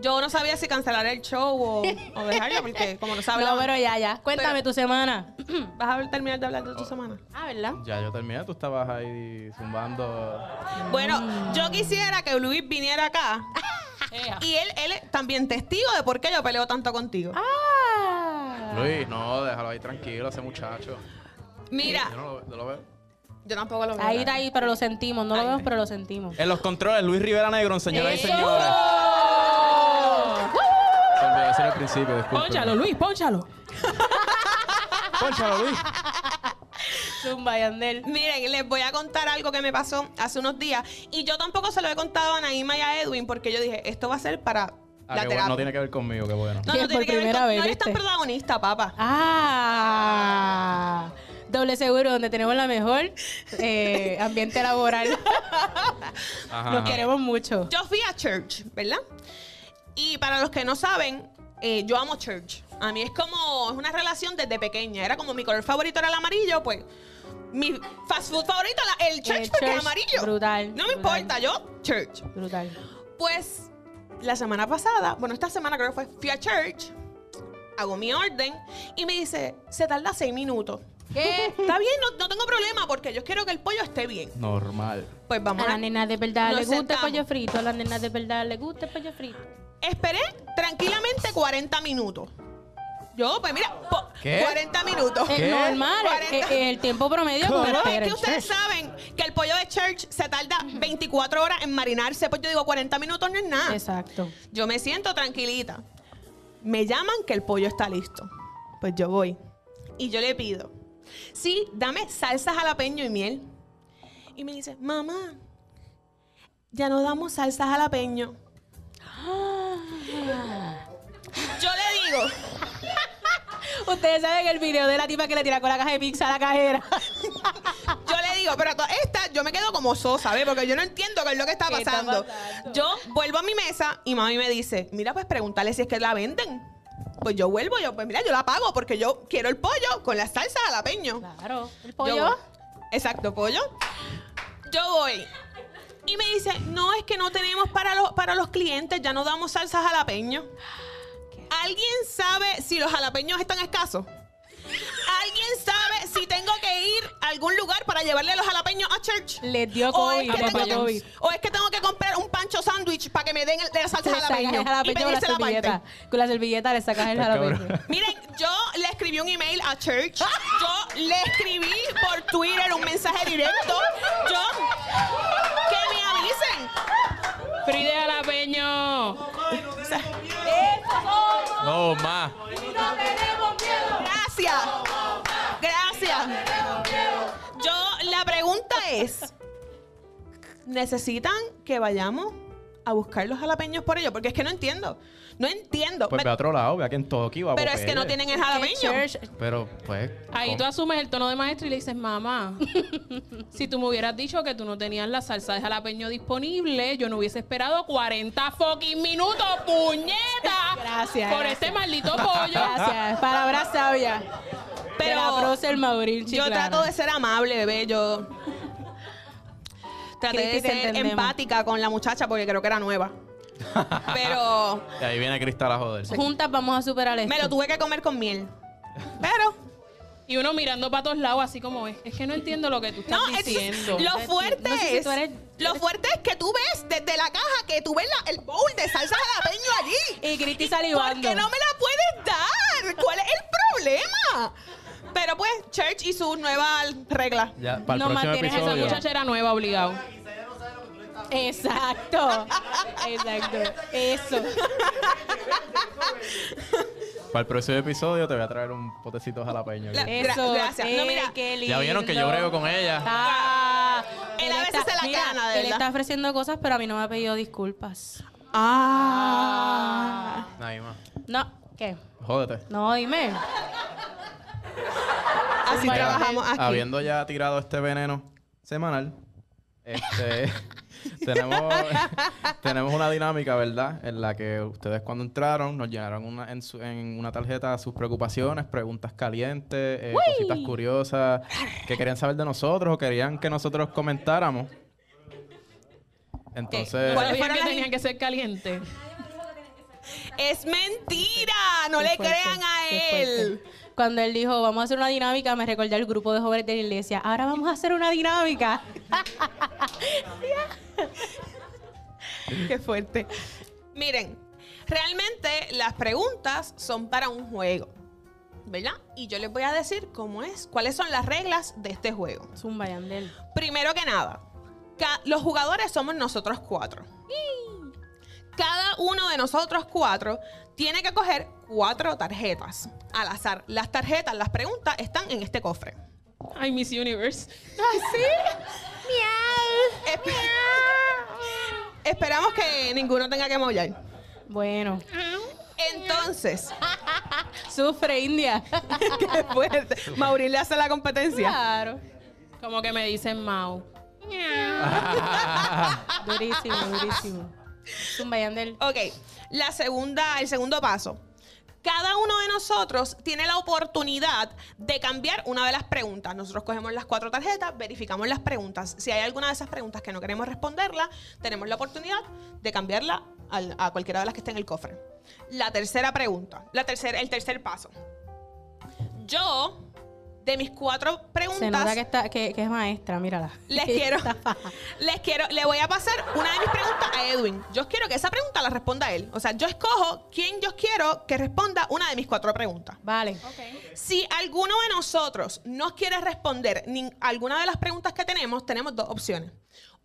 Yo no sabía si cancelar el show o, o dejarlo, porque como no sabía, No, pero ya, ya. Cuéntame tu semana. vas a terminar de hablar de tu semana. Ah, ¿verdad? Ya yo terminé, tú estabas ahí zumbando. Ah. Bueno, yo quisiera que Luis viniera acá. Y él, él es también testigo de por qué yo peleo tanto contigo. Ah. Luis, no, déjalo ahí tranquilo, ese muchacho. Mira, Yo no lo, yo lo veo. yo tampoco lo veo. Ahí está ahí, pero lo sentimos. No lo vemos, pero lo sentimos. En los controles, Luis Rivera Negro, señoras y ¡Eso! señores. Se olvidó decir al principio, disculpe. Pónchalo, Luis, pónchalo. Pónchalo, Luis. Ah, Zumba, Yandel. Miren, les voy a contar algo que me pasó hace unos días. Y yo tampoco se lo he contado a Naima y a Edwin, porque yo dije, esto va a ser para Ah, la qué bueno, terapia. no tiene que ver conmigo, qué bueno. No, Sí, no es tiene por que ver primera con- vez, No eres tan ¿viste? protagonista, papá. Ah. Doble seguro, donde tenemos la mejor eh, ambiente laboral. Ajá, Los ajá. queremos mucho. Yo fui a church, ¿verdad? Y para los que no saben, eh, yo amo church. A mí es como, es una relación desde pequeña. Era como mi color favorito era el amarillo, pues mi fast food favorito era el church El porque es church, amarillo. brutal, No me brutal. importa, yo church. Brutal. Pues la semana pasada, bueno, esta semana creo que fue, fui a church, hago mi orden y me dice, se tarda seis minutos. ¿Qué? Está bien, no, no tengo problema porque yo quiero que el pollo esté bien. Normal. Pues vamos A la nena de verdad le Nos gusta el sentamos. pollo frito. A la nena de verdad le gusta el pollo frito. Esperé tranquilamente 40 minutos. Yo, pues mira, po- ¿Qué? 40 minutos. Eh, Es ¿Qué? normal. el- 40. el, el tiempo promedio que uno Pero espera es en que ustedes church. saben que el pollo de church se tarda 24 horas en marinarse, pues yo digo 40 minutos no es nada. Exacto. Yo me siento tranquilita. Me llaman que el pollo está listo. Pues yo voy. Y yo le pido, sí, dame salsa jalapeño y miel. Y me dice, mamá, ya no damos salsa jalapeño. Yo le digo, Ustedes saben el video de la tipa que le tira con la caja de pizza a la cajera. Yo le digo, pero a todas estas yo me quedo como sosa, ¿ves? Porque yo no entiendo qué es lo que está ¿Qué está pasando. pasando? Yo vuelvo a mi mesa y mami me dice, mira, pues pregúntale si es que la venden. Pues yo vuelvo, yo, pues mira, yo la pago porque yo quiero el pollo con la salsa jalapeño. Claro. El Yo pollo. voy. Exacto, pollo. Yo voy. Y me dice, no, es que no tenemos para los, para los clientes, ya no damos salsa jalapeño. ¿Alguien sabe si los jalapeños están escasos? ¿Alguien sabe si tengo que ir a algún lugar para llevarle los jalapeños a church? Le dio O Oh, es, COVID. que le tengo dio COVID. que, o es que tengo que comprar un pancho sándwich para que me den el- la salsa Te sacas jalapeño, el y jalapeño con la pedírsela aparte. servilleta. Con la servilleta le sacas el Está jalapeño. cabrón. Miren, yo le escribí un email a Church. Yo le escribí por Twitter un mensaje directo. Yo. Que me avisen. Frida Jalapeño. No, más. Gracias. Gracias. pregunta es: ¿necesitan que vayamos a buscar los jalapeños por ellos? Porque es que no entiendo. No entiendo. Pues Me- ve a otro lado, ve a Kentucky, va a pero es que no Popeye. tienen el jalapeño. Church, Pero, pues. Ahí con- tú asumes el tono de maestro y le dices, mamá, si tú me hubieras dicho que tú no tenías la salsa de jalapeño disponible, yo no hubiese esperado 40 fucking minutos, puñeta, Gracias, por gracias. este maldito pollo. Gracias. Palabras sabias. Pero- Pero la Brosel Mauril, Yo trato de ser amable, bebé. Yo. Traté Cristi, de te ser entendemos. empática con la muchacha porque creo que era nueva. Pero Y ahí viene Cristal a joderse. Juntas vamos a superar esto. me lo tuve que comer con miel. Pero. Y uno mirando para todos lados, así como es. Es que no entiendo lo que tú estás No, es- diciendo. lo fuerte No sé si es. tú eres- Lo fuerte es que tú ves desde la caja que tú ves la- el bowl de salsa jalapeño allí. Y Cristi ¿Por salivando. qué no me la puedes dar? ¿Cuál es el problema? Pero pues, Church y su nueva regla. Ya, para el No próximo mantienes esa Esa episodio. muchacha era nueva, obligado. Exacto. Exacto. Eso. Para el próximo episodio te voy a traer un potecito de jalapeño. ya. La- Gra- Eso. Eh, gracias. No, mira, qué ya vieron que yo lindo. brego con ella. Ah, Él a veces se la gana, de Él verdad. está ofreciendo cosas, pero a mí no me ha pedido disculpas. Ah. Nadie más. No, ¿qué? Jódete. No, dime. Así Mira, eh, trabajamos aquí. Habiendo ya tirado este veneno semanal, este, tenemos, tenemos una dinámica, ¿verdad? En la que ustedes cuando entraron nos llenaron una, en, su- en una tarjeta sus preocupaciones, preguntas calientes, eh, cositas curiosas que querían saber de nosotros o querían que nosotros comentáramos. Entonces, ¿Cuáles ¿Sabían fueron que las- tenían que ser calientes? Es mentira. No Qué le fuerte, crean a qué fuerte. él. Cuando él dijo, vamos a hacer una dinámica, me recordé al grupo de jóvenes de la iglesia. Ahora vamos a hacer una dinámica. Qué fuerte. Miren, realmente las preguntas son para un juego, ¿verdad? Y yo les voy a decir cómo es, cuáles son las reglas de este juego. Zumba, Yandel. Primero que nada, ca- los jugadores somos nosotros cuatro. Cada uno de nosotros cuatro tiene que coger cuatro tarjetas al azar. Las tarjetas, las preguntas están en este cofre. Ay, Miss Universe. Espe- Eh, Esperamos que ninguno tenga que mollar. Bueno. Entonces, Sufre, India. Qué fuerte. Mauri le hace la competencia. claro. Como que me dicen Mau. Durísimo, durísimo. Zumba, Yandel. Ok, la segunda, el segundo paso. Cada uno de nosotros tiene la oportunidad de cambiar una de las preguntas. Nosotros cogemos las cuatro tarjetas, verificamos las preguntas. Si hay alguna de esas preguntas que no queremos responderla, tenemos la oportunidad de cambiarla al- a cualquiera de las que esté en el cofre. La tercera pregunta, la tercera, el tercer paso. Yo, de mis cuatro preguntas, Se nota que, está, que, que es maestra, mírala. Les quiero, Está faja. les quiero, le voy a pasar una de mis preguntas a Edwin. Yo quiero que esa pregunta la responda él. O sea, yo escojo quién yo quiero que responda una de mis cuatro preguntas. Vale. Si alguno de nosotros no quiere responder nin- alguna de las preguntas que tenemos, tenemos dos opciones.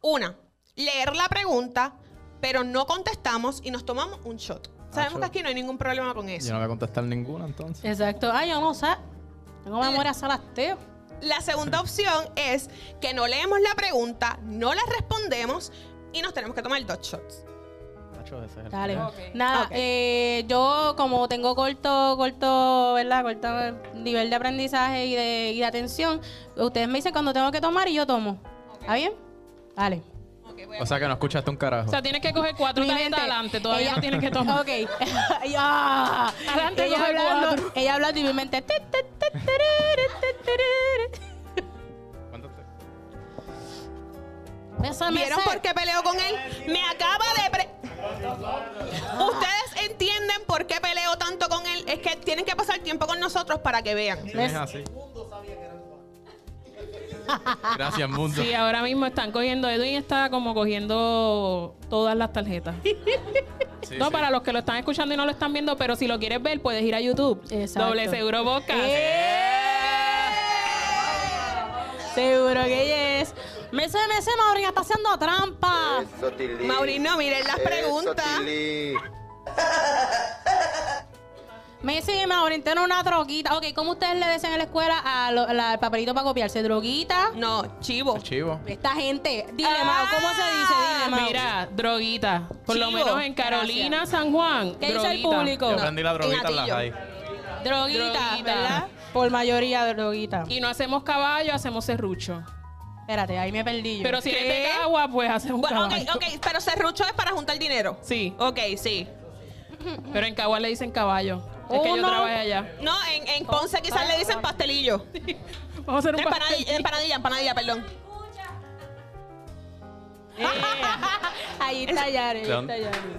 Una, leer la pregunta, pero no contestamos y nos tomamos un shot. Sabemos shot. que aquí no hay ningún problema con yo eso. no voy a contestar ninguna entonces. Exacto. Ay, yo no sé. Tengo memoria salasteo. La segunda opción es que no leemos la pregunta, no la respondemos y nos tenemos que tomar dos shots. Nacho, ese es el Dale. primero. Nada, Ok. eh, yo como tengo corto, corto, ¿verdad? Corto nivel de aprendizaje y de, y de atención, ustedes me dicen cuando tengo que tomar y yo tomo. ¿Está bien? Dale. Ok, voy a- O sea que no escuchaste un carajo. O sea, tienes que coger cuatro Mi tarjetas mente, adelante. Todavía ella- no tienes que tomar. Ok. Ay, ah. Adelante, ella, coge hablando, cuatro. ella hablando y mi mente... "Te, te, te, terere, te, terere". Cuéntate. Bésame, ¿Vieron ese. por qué peleo con él? Me acaba de... pre- Ustedes entienden por qué peleo tanto con él. Es que tienen que pasar tiempo con nosotros para que vean. Sí, es así. Gracias, mundo. Sí, ahora mismo están cogiendo, Edwin está como cogiendo todas las tarjetas. Sí, no, sí. para los que lo están escuchando y no lo están viendo, pero si lo quieres ver, puedes ir a YouTube. Exacto. Eh, Doble Seguro Boca. Seguro que ella es. Me sé, me sé, Maureen, está haciendo trampa. Eso, Tilly. Eh, Mauri, no miren las Eso, preguntas. Tilly. Me dice que me orienté en una droguita. Ok, ¿cómo ustedes le decían en la escuela a lo- la- al papelito para copiarse? ¿Droguita? No, chivo. El chivo. Esta gente. Dile, Ah, Mao, ¿cómo se dice? Dile, Mao. Ah, Mira, droguita. Por lo Chivo. menos en Carolina, Gracias. San Juan. ¿Qué dice el droguita. público? Yo aprendí la droguita en la Gatillo. high. Droguita, Droguita. ¿verdad? Por mayoría droguita. Y no hacemos caballo, hacemos serrucho. Espérate, ahí me perdí yo. Pero si eres de ¿Qué? Cagua, pues hacemos Bueno, ok, caballo. ok, pero serrucho es para juntar dinero. Sí, Ok, sí. pero en Cagua le dicen caballo. Es que yo Uno. trabajé allá. No, en, en Ponce quizás le dicen pastelillo. Vamos a hacer un Empanadilla, pastel. empanadilla, empanadilla, perdón. Eh, ahí está Yare, ahí ¿De dónde? está Yare.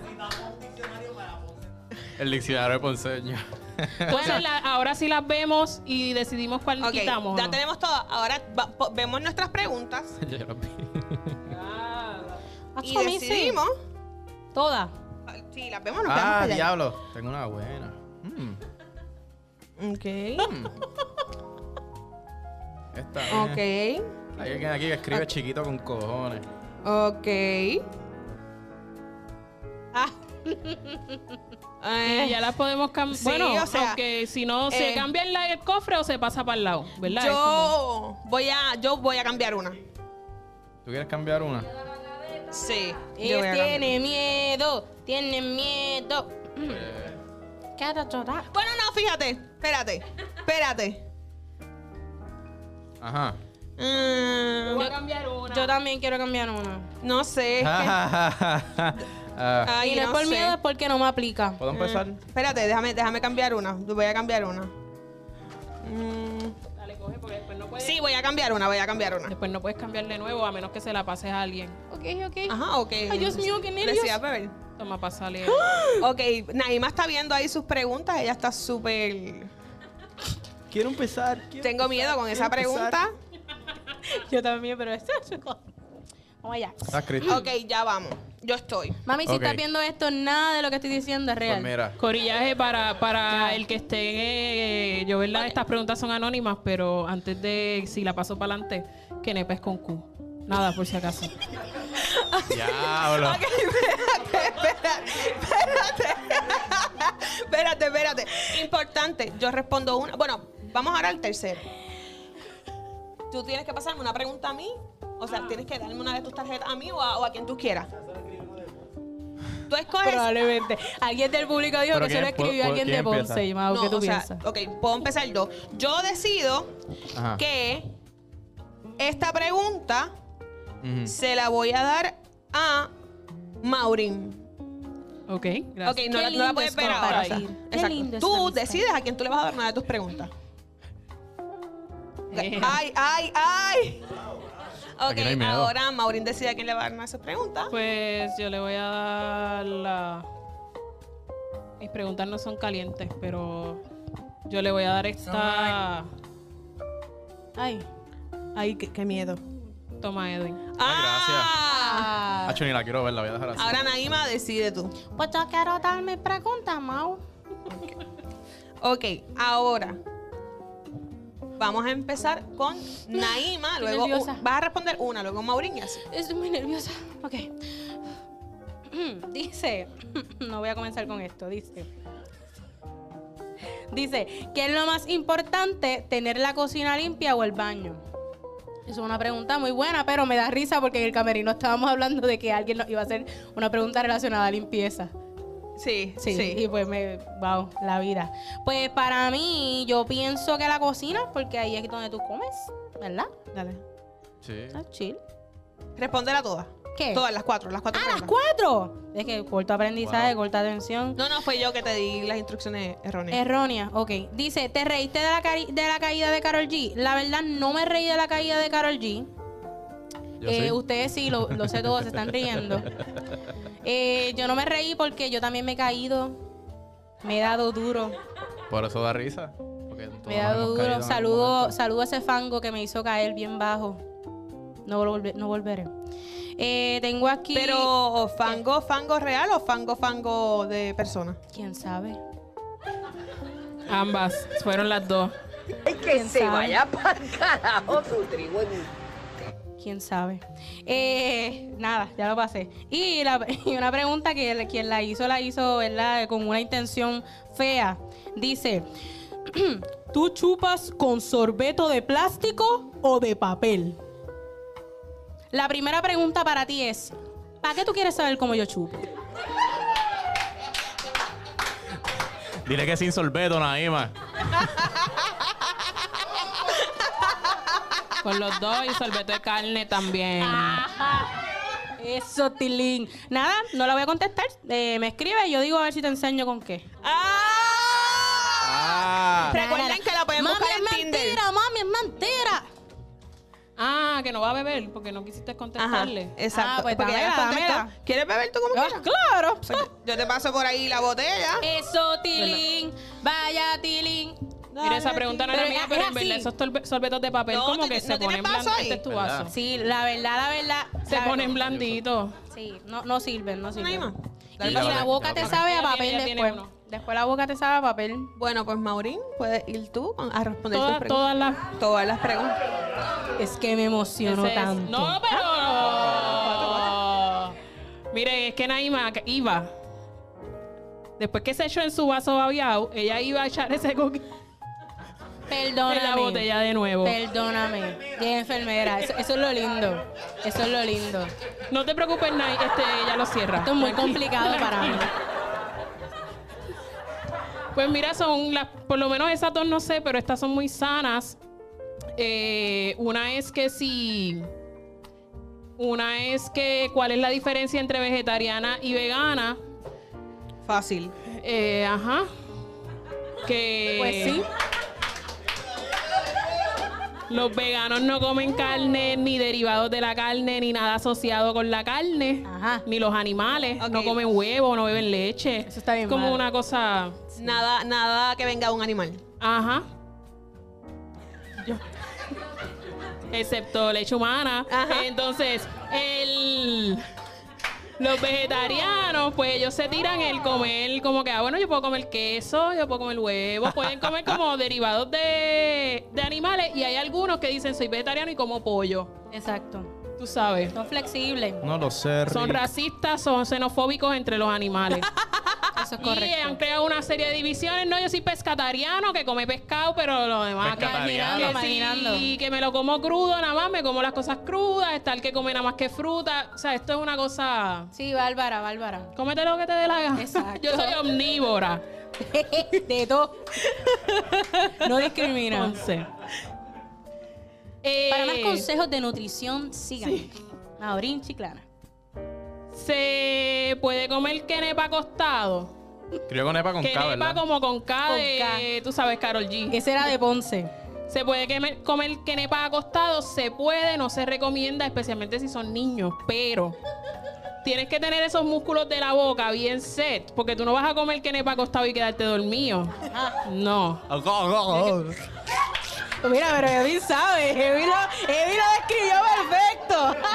El diccionario de ponceño. Entonces, la- ahora sí las vemos y decidimos cuál Ok, quitamos. ¿o ya no? tenemos todo. Ahora va- po- vemos nuestras preguntas Yo lo vi. Ah, y chami, sí. decidimos. Todas. Sí, las vemos, nos Ah, quedamos callados. diablo. Tengo una buena. Mm, Ok. esta. Ok. eh. Hay alguien aquí que escribe chiquito con cojones. Ok. Ah. Y Eh, ya las podemos cambiar. Sí, bueno, o sea, aunque si no se eh, cambia en la- el cofre o se pasa para el lado, ¿verdad? Es como- yo voy a yo voy a cambiar una. ¿Tú quieres cambiar una? Sí. yo voy a Él cambiar. tiene miedo, tiene miedo. Mm. Eh. ¿Qué hará llorar? Bueno, no, fíjate. Espérate. Espérate. Ajá. Mm, Voy a cambiar una. Yo también quiero cambiar una. no sé. es que- Ah, Ay, y no, es por sé. miedo, es porque no me aplica. ¿Puedo empezar? Mm. Espérate, déjame, déjame cambiar una. Voy a cambiar una. Mm, Dale, coge, porque después no puedes. sí, voy a cambiar una, voy a cambiar una. Después no puedes cambiar de nuevo a menos que se la pases a alguien. Ok, ok. Ajá, ok. Ay, Dios mío, qué nervios. Decía, beber. Toma, pasale. Ok, Naima está viendo ahí sus preguntas. Ella está súper. Quiero empezar. quiero Tengo miedo con esa quiero empezar. pregunta. Yo también, pero es Vamos allá. ¿Estás Cristi? Mm. Ok, ya vamos. Yo estoy. Mami, si Ok. estás viendo esto, nada de lo que estoy diciendo es Pues real. mira. Corillaje para, para el que esté. eh, yo, ¿verdad? Estas preguntas son anónimas, pero antes de si la paso para adelante, que nepes con Q. Nada, por si acaso. Diablo. Espérate, espérate. Importante, yo respondo una. Bueno, vamos ahora al tercero. Tú tienes que pasarme una pregunta a mí. O sea, tienes que darme una de tus tarjetas a mí o a, o a quien tú quieras. Tú escoges. Probablemente. Alguien del público dijo Pero que se lo ¿quién- escribió pu- a pu- alguien quién de empieza? Ponce. Mau, No, ¿qué tú o sea, piensas? ok, puedo empezar yo. Yo decido Ajá. que esta pregunta Ujú. se la voy a dar a Maurín. Ok, Ok, gracias. no, Qué la- no la lindo puedes es ver ahora. o sea, compartir. Qué exacto. lindo es la Tú amistad. decides a quién tú le vas a dar una de tus preguntas. Ok, Eh. Ay, ay, ay. Aquí no hay Ok, miedo. ahora Maurín decide a quién le va a dar una de sus preguntas. Pues yo le voy a dar la. Mis preguntas no son calientes, pero yo le voy a dar esta. Ay. Ay, qué, miedo. Toma, Edwin. Ah, Ah, Choni, la quiero ver, la voy a dejar Ah, así. Ahora Naima decide tú. Pues yo quiero dar mi pregunta, Mau. Ok, ahora vamos a empezar con Naima, Estoy luego nerviosa. u- vas a responder una, luego Maurín y así. Estoy muy nerviosa. Ok. Dice, no voy a comenzar con esto, dice. Dice, ¿qué es lo más importante, tener la cocina limpia o el baño? Es una pregunta muy buena, pero me da risa porque en el camerino estábamos hablando de que alguien nos iba a hacer una pregunta relacionada a limpieza. Sí, Sí, y pues me, wow, la vida. Pues para mí, yo pienso que la cocina, porque ahí es donde tú comes, ¿verdad? Dale. Sí. Está chill. Respóndela todas. ¿Qué? Todas las cuatro, las cuatro. ¡Ah, las preguntas. cuatro! Es que corto aprendizaje, Wow. corta atención. No, no, fue yo que te di las instrucciones erróneas. Errónea, ok. Dice, ¿te reíste de la, cari- de la caída de Carol G? La verdad, no me reí de la caída de Carol G. Yo Eh, sí. Ustedes sí, lo, lo sé todos, se están riendo. Eh, yo no me reí porque yo también me he caído. Me he dado duro. Por eso da risa. porque todos Me he dado hemos duro. caído en algún Saludo, momento. saludo a ese fango que me hizo caer bien bajo. No, lo volve- no volveré. Eh, tengo aquí. Pero fango, fango real o fango, fango de persona. ¿Quién sabe? Ambas. Fueron las dos. Es que se sabe? vaya para el carajo tu trigo. en- ¿Quién sabe? Eh, nada, ya lo pasé. Y, la- y una pregunta que le- quien la hizo, la hizo, ¿verdad? Con una intención fea. Dice, ¿tú chupas con sorbeto de plástico o de papel? La primera pregunta para ti es, ¿para qué tú quieres saber cómo yo chupo? Dile que sin sorbeto, Naima. Con los dos y sorbete de carne también. Eso, Tilín. Nada, no la voy a contestar. Eh, me escribe y yo digo a ver si te enseño con qué. ¡Ah! Ah, Recuerden que la pueden mami, buscar en es Tinder. mentira, mami, es mentira. Ah, que no va a beber porque no quisiste Ajá, contestarle. exacto. Ah, pues Porque dámela, ella contestó, dámela. ¿Quieres beber tú como Ah, quieras? claro. Eh, Pues yo te paso por ahí la botella. Eso, Tilín. Vaya, Tilín. Mira, esa pregunta no era Pero mía, es pero en así. verdad esos torbe- sorbetos de papel No, como te- que no se tiene ponen vaso blanditos. ahí. Este es tu ¿Verdad? vaso. Sí, la verdad, la verdad. Se la- ponen blanditos. Sí, no, no sirven, no sirven. Y, Naima, dale y para la adelante, boca dale te para sabe a adelante. papel Ella tiene después. uno. Después la boca te sabe a papel. Bueno, pues Maurín, puedes ir tú con- a responder tus Todas, preguntas. todas las. Todas las preguntas. Es que me emociono Ese es- tanto. No, pero. Mire, es que Naima iba. Después que se echó en su vaso babiao, ella iba a echar ese coquí Perdóname. en la botella de nuevo. Perdóname. Y es enfermera. Eso, eso es lo lindo. Eso es lo lindo. No te preocupes, Nay, este, ella lo cierra. Esto es muy Tranquila. complicado para mí. Pues mira, son las, por lo menos esas dos no sé, pero estas son muy sanas. Eh, una es que si, una es que cuál es la diferencia entre vegetariana y vegana. Fácil. Eh, ajá. Que Pues sí. los veganos no comen carne, ni derivados de la carne, ni nada asociado con la carne, Ajá. ni los animales. No Ok. comen huevo, no beben leche. Eso está bien Como mal. una cosa Nada, nada que venga de un animal. Ajá. Yo. Excepto leche humana. Ajá. Entonces, el... Los vegetarianos, pues ellos se tiran el comer como que, ah, bueno, yo puedo comer queso, yo puedo comer huevo, pueden comer como derivados de, de animales y hay algunos que dicen soy vegetariano y como pollo, Exacto. tú sabes. Son flexibles. no lo sé. Son Rick. racistas, son xenofóbicos entre los animales. Eso es y han correcto. creado una serie de divisiones, no, yo soy pescatariano que come pescado, pero lo demás que Pescatariano. que Imaginando. sí, que me lo como crudo nada más, me como las cosas crudas, está el que come nada más que fruta. O sea, esto es una cosa. Sí, Bárbara, Bárbara. Cómete lo que te dé la gana. Exacto. Yo soy omnívora. De todo. No discriminan. Entonces. Eh, Para más consejos de nutrición, sigan. Maurín Chiclana. Se puede comer quenepa acostado. Creo que nepa con K, Quenepa ¿verdad? como con K, Con de- tú sabes, Carol G. Ese era de Ponce. Se puede quemer- comer quenepa acostado, se puede, no se recomienda, especialmente si son niños, pero tienes que tener esos músculos de la boca bien set, porque tú no vas a comer quenepa acostado y quedarte dormido. No. Pues Mira, pero Edwin sabe. Edwin lo, Edwin lo describió perfecto.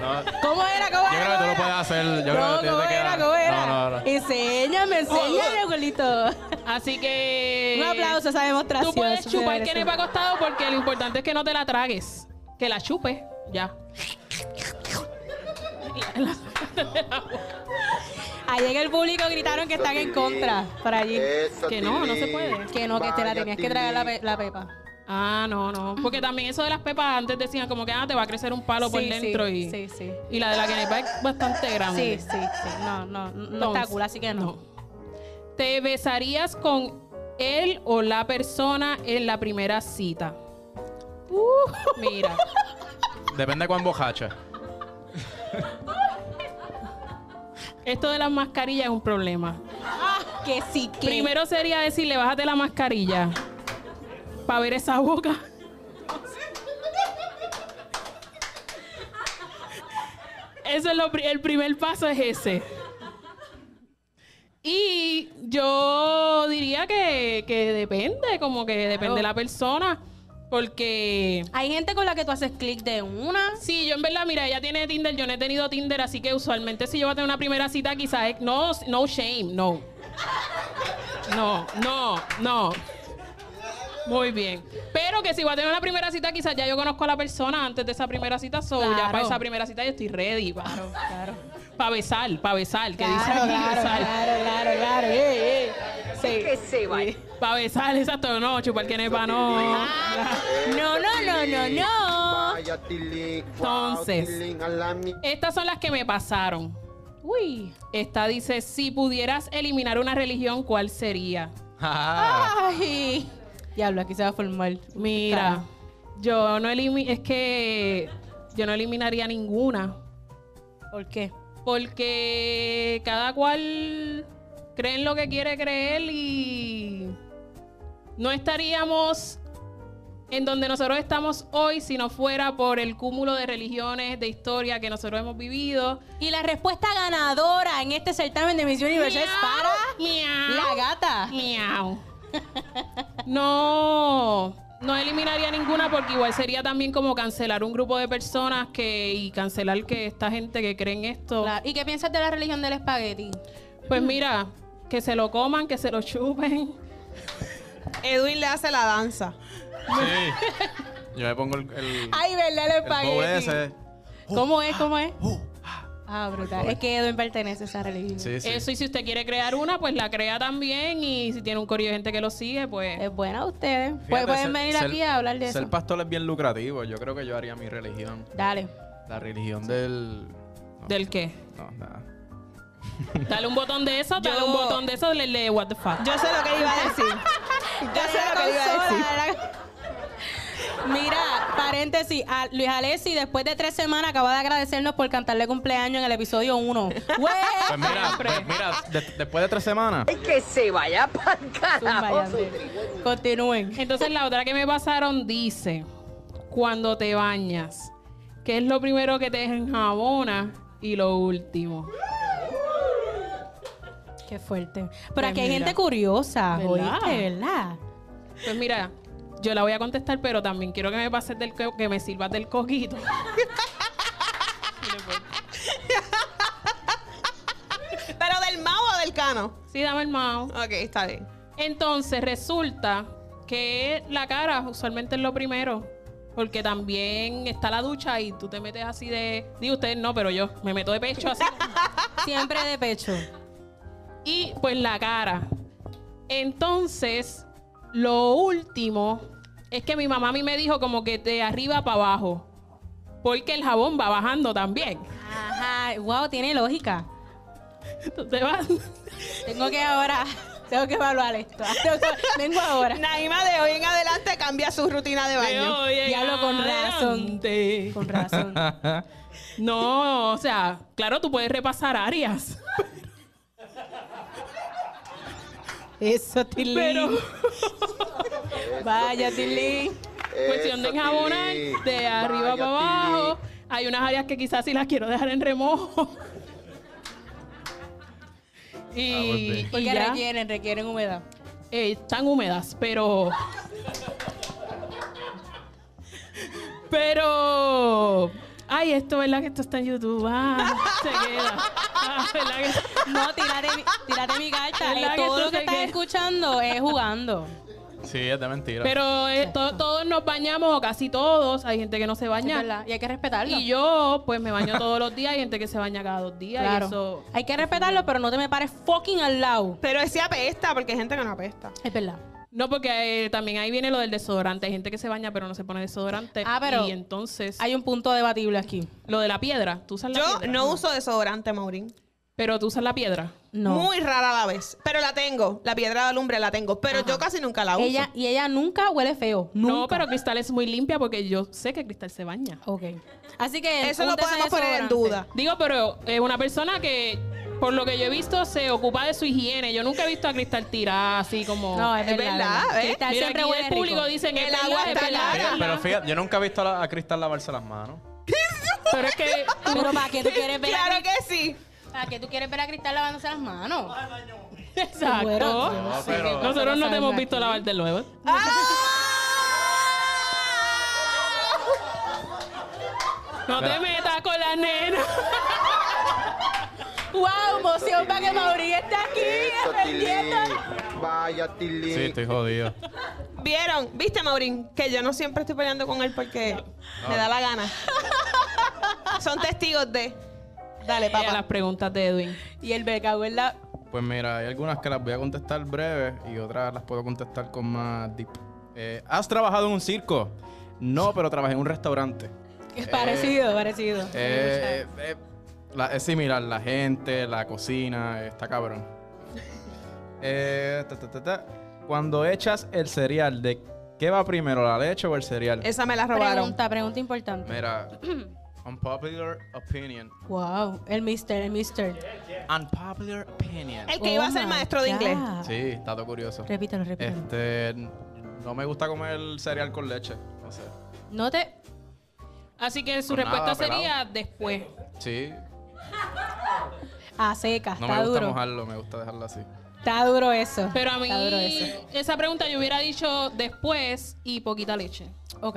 No, yo ¿Cómo era? ¿Cómo creo que tú lo puedes hacer. Yo creo No, que te- ¿cómo te era? queda. ¿Cómo era? No, no, no. Enséñame, enséñame, abuelito. Así que. Un aplauso a esa demostración. Eh, Tú puedes eso se chupar merece. quenepa acostado porque lo importante es que no te la tragues, que la chupes, ya. Ahí en el público gritaron que están en contra. Por allí. Que no, no se puede. Que no, que te la tenías que traer la, pe- la pepa. Ah, no, no. Porque también eso de las pepas antes decían como que ah, te va a crecer un palo por Sí, sí, dentro y. Ah, Sí, sí. Y la de la quenepa es bastante Sí, grande. sí, sí. No, no, no Entonces, está cool, así que no. ¿Te besarías con él o la persona en la primera cita? Uh. Mira, Depende de cuán bojacha. esto de las mascarillas es un problema. Ah, Que sí, que. Primero sería decirle, bájate la mascarilla para ver esa boca. Eso es lo, pri- el primer paso es ese. Y yo diría que, que depende, como que depende Claro. de la persona, porque... Hay gente con la que tú haces clic de una. Sí, yo en verdad, mira, ella tiene Tinder, yo no he tenido Tinder, así que usualmente si yo voy a tener una primera cita, quizás es- no, no shame, no. No, no, no. Muy bien. Pero que si voy a tener una primera cita, quizás ya yo conozco a la persona antes de esa primera cita. So, ya Claro. para esa primera cita yo estoy ready. Para, besar, para besar. Que dice Claro, aquí, claro, besar. claro, claro, claro. eh, eh. Sí. Que se vaya. Para besar, exacto. No, chupar que nepa, no. No, no, no, no, no. Entonces. Estas son las que me pasaron. Uy. Esta dice, si pudieras eliminar una religión, ¿cuál sería? Ah, Ay. Diablo, aquí se va a formar. Mira, yo no elimi es que yo no eliminaría ninguna, ¿Por qué? porque cada cual cree en lo que quiere creer y no estaríamos en donde nosotros estamos hoy si no fuera por el cúmulo de religiones, de historia que nosotros hemos vivido. Y la respuesta ganadora en este certamen de Miss Universe es para Miau. la gata. Miau. No, no eliminaría ninguna porque igual sería también como cancelar un grupo de personas que y cancelar que esta gente que cree en esto. Claro. ¿Y qué piensas de la religión del espagueti? Pues mira, que se lo coman, que se lo chupen. Edwin le hace la danza. sí. Yo le pongo el, el, Ay, ¿verdad? El el bowl ese. Oh, ¿Cómo es? ¿Cómo es? Ah, brutal. Es que Edwin pertenece a esa religión. Sí, sí. Eso y si usted quiere crear una, pues la crea también y si tiene un corillo de gente que lo sigue, pues Es buena ustedes. Pues Fíjate, pueden ser- venir ser- aquí a hablar de Ser eso. pastor es bien lucrativo. Yo creo que yo haría mi religión. Dale. La religión del. no, del qué. No, nada. Dale un botón de eso, dale Yo- un botón de eso, le le what the fuck. Yo sé lo que iba a decir. Yo sé lo que le iba a decir. Mira, paréntesis, a Luis Alessi después de tres semanas acaba de agradecernos por cantarle cumpleaños en el episodio 1. Pues mira, pues mira de- después de tres semanas. Que se vaya para el carajo. Continúen. Entonces la otra que me pasaron dice, cuando te bañas, ¿qué es lo primero que te enjabona y lo último? Qué fuerte. Pero Pues aquí hay mira. gente curiosa, ¿Verdad? ¿oíste? ¿Verdad? Pues mira, yo la voy a contestar, pero también quiero que me pases del co- que me sirvas del coquito. Pero del Mao o del Cano. Sí, dame el mao. Ok, está bien. Entonces resulta que la cara usualmente es lo primero. Porque también está la ducha y tú te metes así de. Digo ustedes no, pero yo me meto de pecho así. Siempre de pecho. y pues la cara. Entonces, lo último es que mi mamá a mí me dijo como que de arriba para abajo. Porque el jabón va bajando también. Ajá. Wow, tiene lógica. Tú te vas- Tengo que ahora, tengo que evaluar esto. Tengo que- Vengo ahora. Naima de hoy en adelante cambia su rutina de baño. Oye, Diablo, con razón. adelante. Con razón. No, o sea, claro, tú puedes repasar áreas. Eso, Tilly. Pero Vaya, Tilly. cuestión de enjabonar de arriba para abajo. Hay unas áreas que quizás sí las quiero dejar en remojo. Y, Ah, volver. y Porque ya. requieren, requieren humedad. Eh, están húmedas, pero. Pero. Ay, esto, ¿verdad? Que esto está en YouTube. Ah, se queda. Ah, ¿verdad? que- No, tírate, mi- tírate mi carta. ¿Verdad Eh, que todo tú lo que te estás que- escuchando es jugando. Sí, es de mentira. Pero eh, to- todos nos bañamos, o casi todos. Hay gente que no se Es baña. verdad, Y hay que respetarlo. Y yo, pues me baño todos los días. Hay gente que se baña cada dos días. claro. Y eso. Hay que respetarlo, pero no te me pares fucking al lado. Pero ese apesta porque hay gente que no apesta. Es verdad. No, porque eh, también ahí viene lo del desodorante. Hay gente que se baña, pero no se pone desodorante. Ah, pero Y entonces. Hay un punto debatible aquí. Lo de la piedra. ¿Tú usas la Yo piedra? no uso desodorante, Maurín. Pero tú usas la piedra. No. Muy rara la vez. Pero la tengo. La piedra de lumbre la tengo. Pero yo casi nunca la uso. ella, y ella nunca huele feo. Nunca. No, pero Cristal es muy limpia porque yo sé que Cristal se baña. Ok. Así que. Eso lo úntese podemos poner en desodorante. duda. Digo, pero es una persona que, por lo que yo he visto, se ocupa de su higiene. Yo nunca he visto a Cristal tirar así como... No, es Es verdad. verdad, ¿eh? Cristal Mira, siempre aquí huele el público rico. dicen El es verdad, agua es está verdad, clara. es Pero- verdad. pero fíjate, yo nunca he visto a, la- a Cristal lavarse las manos. Pero es que... Pero ¿para qué tú quieres ver? a Claro Cristal? que sí. ¿Para qué tú quieres ver a Cristal lavándose las manos? Exacto. No, pero. Nosotros no te hemos visto lavar de nuevo. Ah, No te Mira. metas con la nena. ¡Wow! Emoción para Eh, que Mauricio esté aquí. Eso, Tilín. Vaya, Tilín. Sí, estoy jodido. Vieron, viste, Maurín, que yo no siempre estoy peleando con él porque me da la gana. Son testigos de. Dale, Y a las papá. preguntas de Edwin. Y el becado es la... Pues mira, hay algunas que las voy a contestar breves y otras las puedo contestar con más deep. Eh, ¿Has trabajado en un circo? No, pero trabajé en un restaurante. Es parecido, parecido. Eh, eh, la- es similar, la gente, la cocina, está cabrón. Eh, ta, ta, ta, ta. Cuando echas el cereal, ¿de qué va primero, la leche o el cereal? Esa me la robaron. Pregunta, pregunta importante. Mira, unpopular opinion. Wow, el mister, el mister. Unpopular opinion. El que iba a ser Oh my maestro de God. inglés. Sí, dato curioso. Repítelo, repítelo. Este, n- no me gusta comer cereal con leche. No sé. No te... Así que su Pues nada, respuesta pelado. sería después. Sí, A seca, no está me gusta duro. mojarlo, me gusta dejarlo así. Está duro eso. Pero a mí Está duro eso. esa pregunta yo hubiera dicho después y poquita leche. Ok.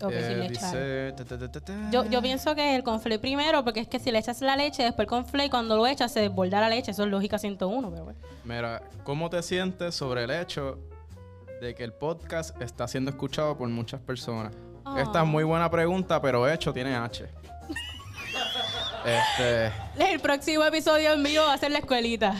Ok, Eh, sin leche, vale. dice, ta, ta, ta, ta, ta. Yo, yo pienso que el conflé primero, porque es que si le echas la leche, después el conflé, cuando lo echas, se desborda la leche. Eso es lógica 101, pero bueno. Mira, ¿cómo te sientes sobre el hecho de que el podcast está siendo escuchado por muchas personas? Esta Ah. es muy buena pregunta, pero hecho tiene H. este, El próximo episodio mío va a ser la escuelita.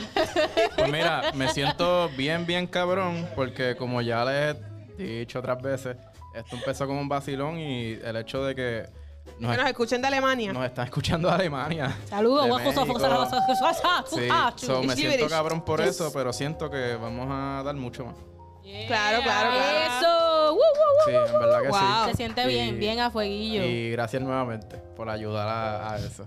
pues mira, me siento bien, bien cabrón, porque como ya les he dicho otras veces, esto empezó como un vacilón y el hecho de que nos, Que nos escuchen de Alemania. nos están escuchando de Alemania. Saludos, de guajo, guajo, México. guajo, guajo, guajo, guajo, Sí, ah, so, me It's siento gibberish. cabrón por Yes. eso, pero siento que vamos a dar mucho más. Uh-huh. Claro, claro, claro. Eso, woo, woo, Sí, en verdad que Wow. sí. woo. Se siente bien, Y- bien a fueguillo. Y gracias nuevamente por ayudar a, a eso.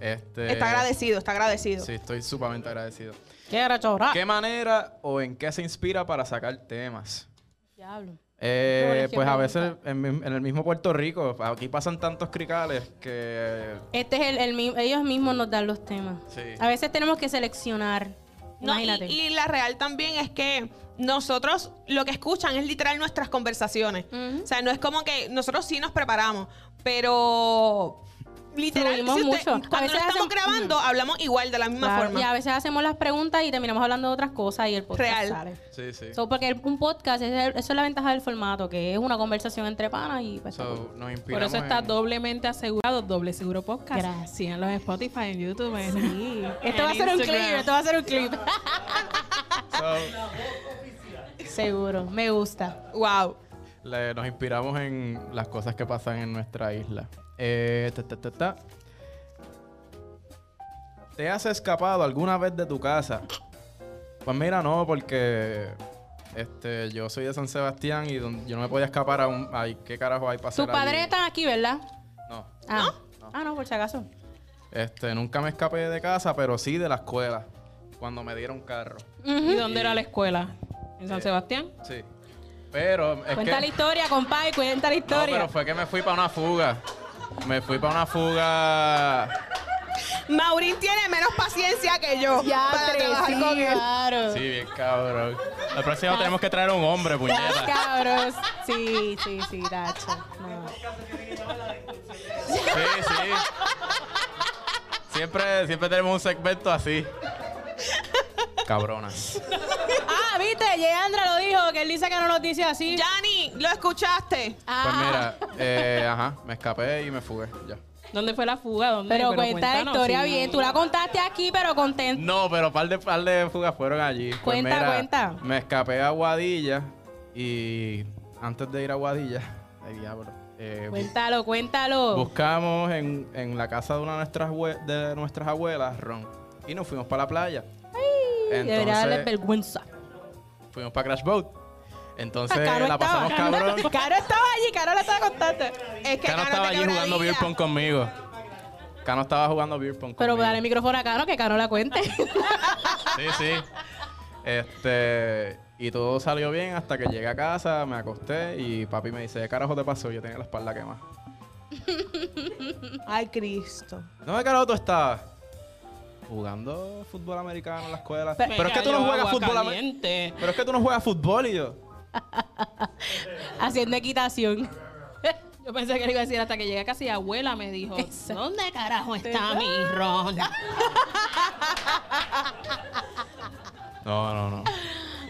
Este, Está agradecido, está agradecido. Sí, estoy sumamente agradecido. ¿Qué era chorra? ¿Qué manera o en qué se inspira para sacar temas? Diablo. Eh, Flores, qué pues a pregunta. veces en, mi- en el mismo Puerto Rico, aquí pasan tantos cricales que... Este es el, el mi- ellos mismos nos dan los temas. Sí. A veces tenemos que seleccionar. No, y, Imagínate. y la real también es que nosotros lo que escuchan es literal nuestras conversaciones. Ujú. O sea, no es como que nosotros sí nos preparamos, pero literal, Fluimos si usted- mucho. A cuando veces no hacemos- estamos grabando, hablamos igual de la misma Claro, forma. Y a veces hacemos las preguntas y terminamos hablando de otras cosas y el podcast Real. sale. Sí, sí. So, porque el- un podcast, es el- eso es la ventaja del formato, que es una conversación entre panas y pues, está cool. So, nos Por inspiramos eso está en- doblemente asegurado, doble seguro podcast. Gracias. Síganlo en Spotify, en YouTube. en- Esto va a en ser un clip, Instagram. esto va a ser un clip. So, Seguro, me gusta. Wow. le- nos inspiramos en las cosas que pasan en nuestra isla. Eh, ta, ta, ta, ta. ¿Te has escapado alguna vez de tu casa? Pues mira, no, porque este, yo soy de San Sebastián y don- yo no me podía escapar a un... Ay, ¿qué carajo hay para hacer Sus padres allí? están aquí, ¿verdad? No, Ah. Ah, no, por si acaso. este, nunca me escapé de casa, pero sí de la escuela, cuando me dieron carro. ¿Y dónde era la escuela? ¿En Eh. San Sebastián? Sí. Pero es cuenta la que... historia, compadre, cuenta la No, historia. pero fue que me fui para una fuga. Me fui para una fuga... Maurín tiene menos paciencia que yo para tres, trabajar sí, con él. claro. Sí, bien cabrón. La próxima tenemos que traer a un hombre, Estás puñeta. cabros. Sí, sí, sí, Tacho. No. Sí, sí. Siempre, siempre tenemos un segmento así. Pues Cabronas. Ah, viste, Yeandra lo dijo, que él dice que no nos dice así. Yanni, lo escuchaste. Pues Ah, mira, eh, ajá, me escapé y me fugué. Ya. ¿Dónde fue la fuga? ¿Dónde? pero, cuenta la cuéntanos, historia sí. bien. Tú la contaste aquí, pero contenta. No, pero par de par de fugas fueron allí. Pues Cuenta, mira, cuenta. Me escapé a Guadilla y antes de ir a Guadilla, ay diablo. eh, Cuéntalo, cuéntalo. Buscamos en, en la casa de una de nuestras, abue- de nuestras abuelas ron y nos fuimos para la playa. Debería darle Entonces vergüenza. fuimos para Crash Boat. Entonces Caro Eh, la estaba, pasamos cabrón. Caro Caro estaba allí, Caro la estaba contando. Es que Caro estaba te allí jugando quebradilla. beer pong conmigo. Cano estaba jugando beer pong Pero conmigo. dale el micrófono a Caro, que Caro la cuente. Sí, sí. Este, y todo salió bien hasta que llegué a casa, me acosté y papi me dice, ¿qué carajo te pasó? Yo tenía la espalda quemada. Ay, Cristo. ¿No qué carajo tú estabas? Jugando fútbol americano en la escuela. Pero, Me es que tú no cayó juegas agua fútbol americano. caliente. Pero es que tú no juegas fútbol y yo. Haciendo equitación. Yo pensé que le iba a decir hasta que llegué casi abuela me dijo, ¿dónde carajo está mi ron? No, no, no.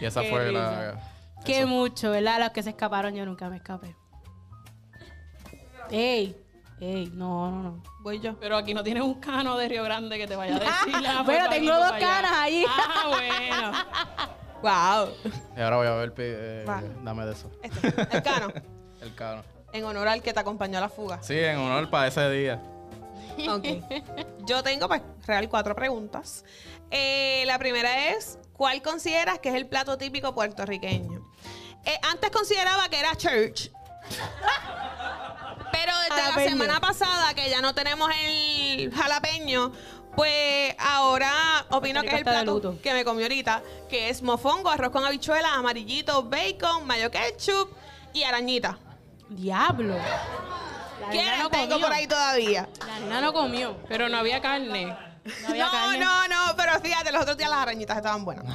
Y esa Qué fue risa. la. Qué eso. mucho, ¿verdad? Los que se escaparon, yo nunca me escapé. Ey, ey, no, no, no. Voy yo. Pero aquí no tienes un cano de Río Grande que te vaya a decir. ah, Bueno, pues, tengo vaquito dos para allá. canas allí. Ah, bueno. Wow. Y ahora voy a ver. pe- eh, Va. dame de eso. Este, el cano. El cabrón. En honor al que te acompañó a la fuga. Sí, en honor para ese día. Ok. Yo tengo, pues, real cuatro preguntas. Eh, la primera es, ¿cuál consideras que es el plato típico puertorriqueño? Eh, antes consideraba que era church. Pero desde Jalapeño. la semana pasada, que ya no tenemos el jalapeño, pues ahora opino que Rico es el está de plato luto. que me comí ahorita, que es mofongo, arroz con habichuelas, amarillito, bacon, mayo ketchup y arañita. Diablo. La ¿Qué nena no tengo comió. por ahí todavía? La nena no comió. Pero no había carne. No había no, carne. no, no, pero fíjate, los otros días las arañitas estaban Ah. buenas.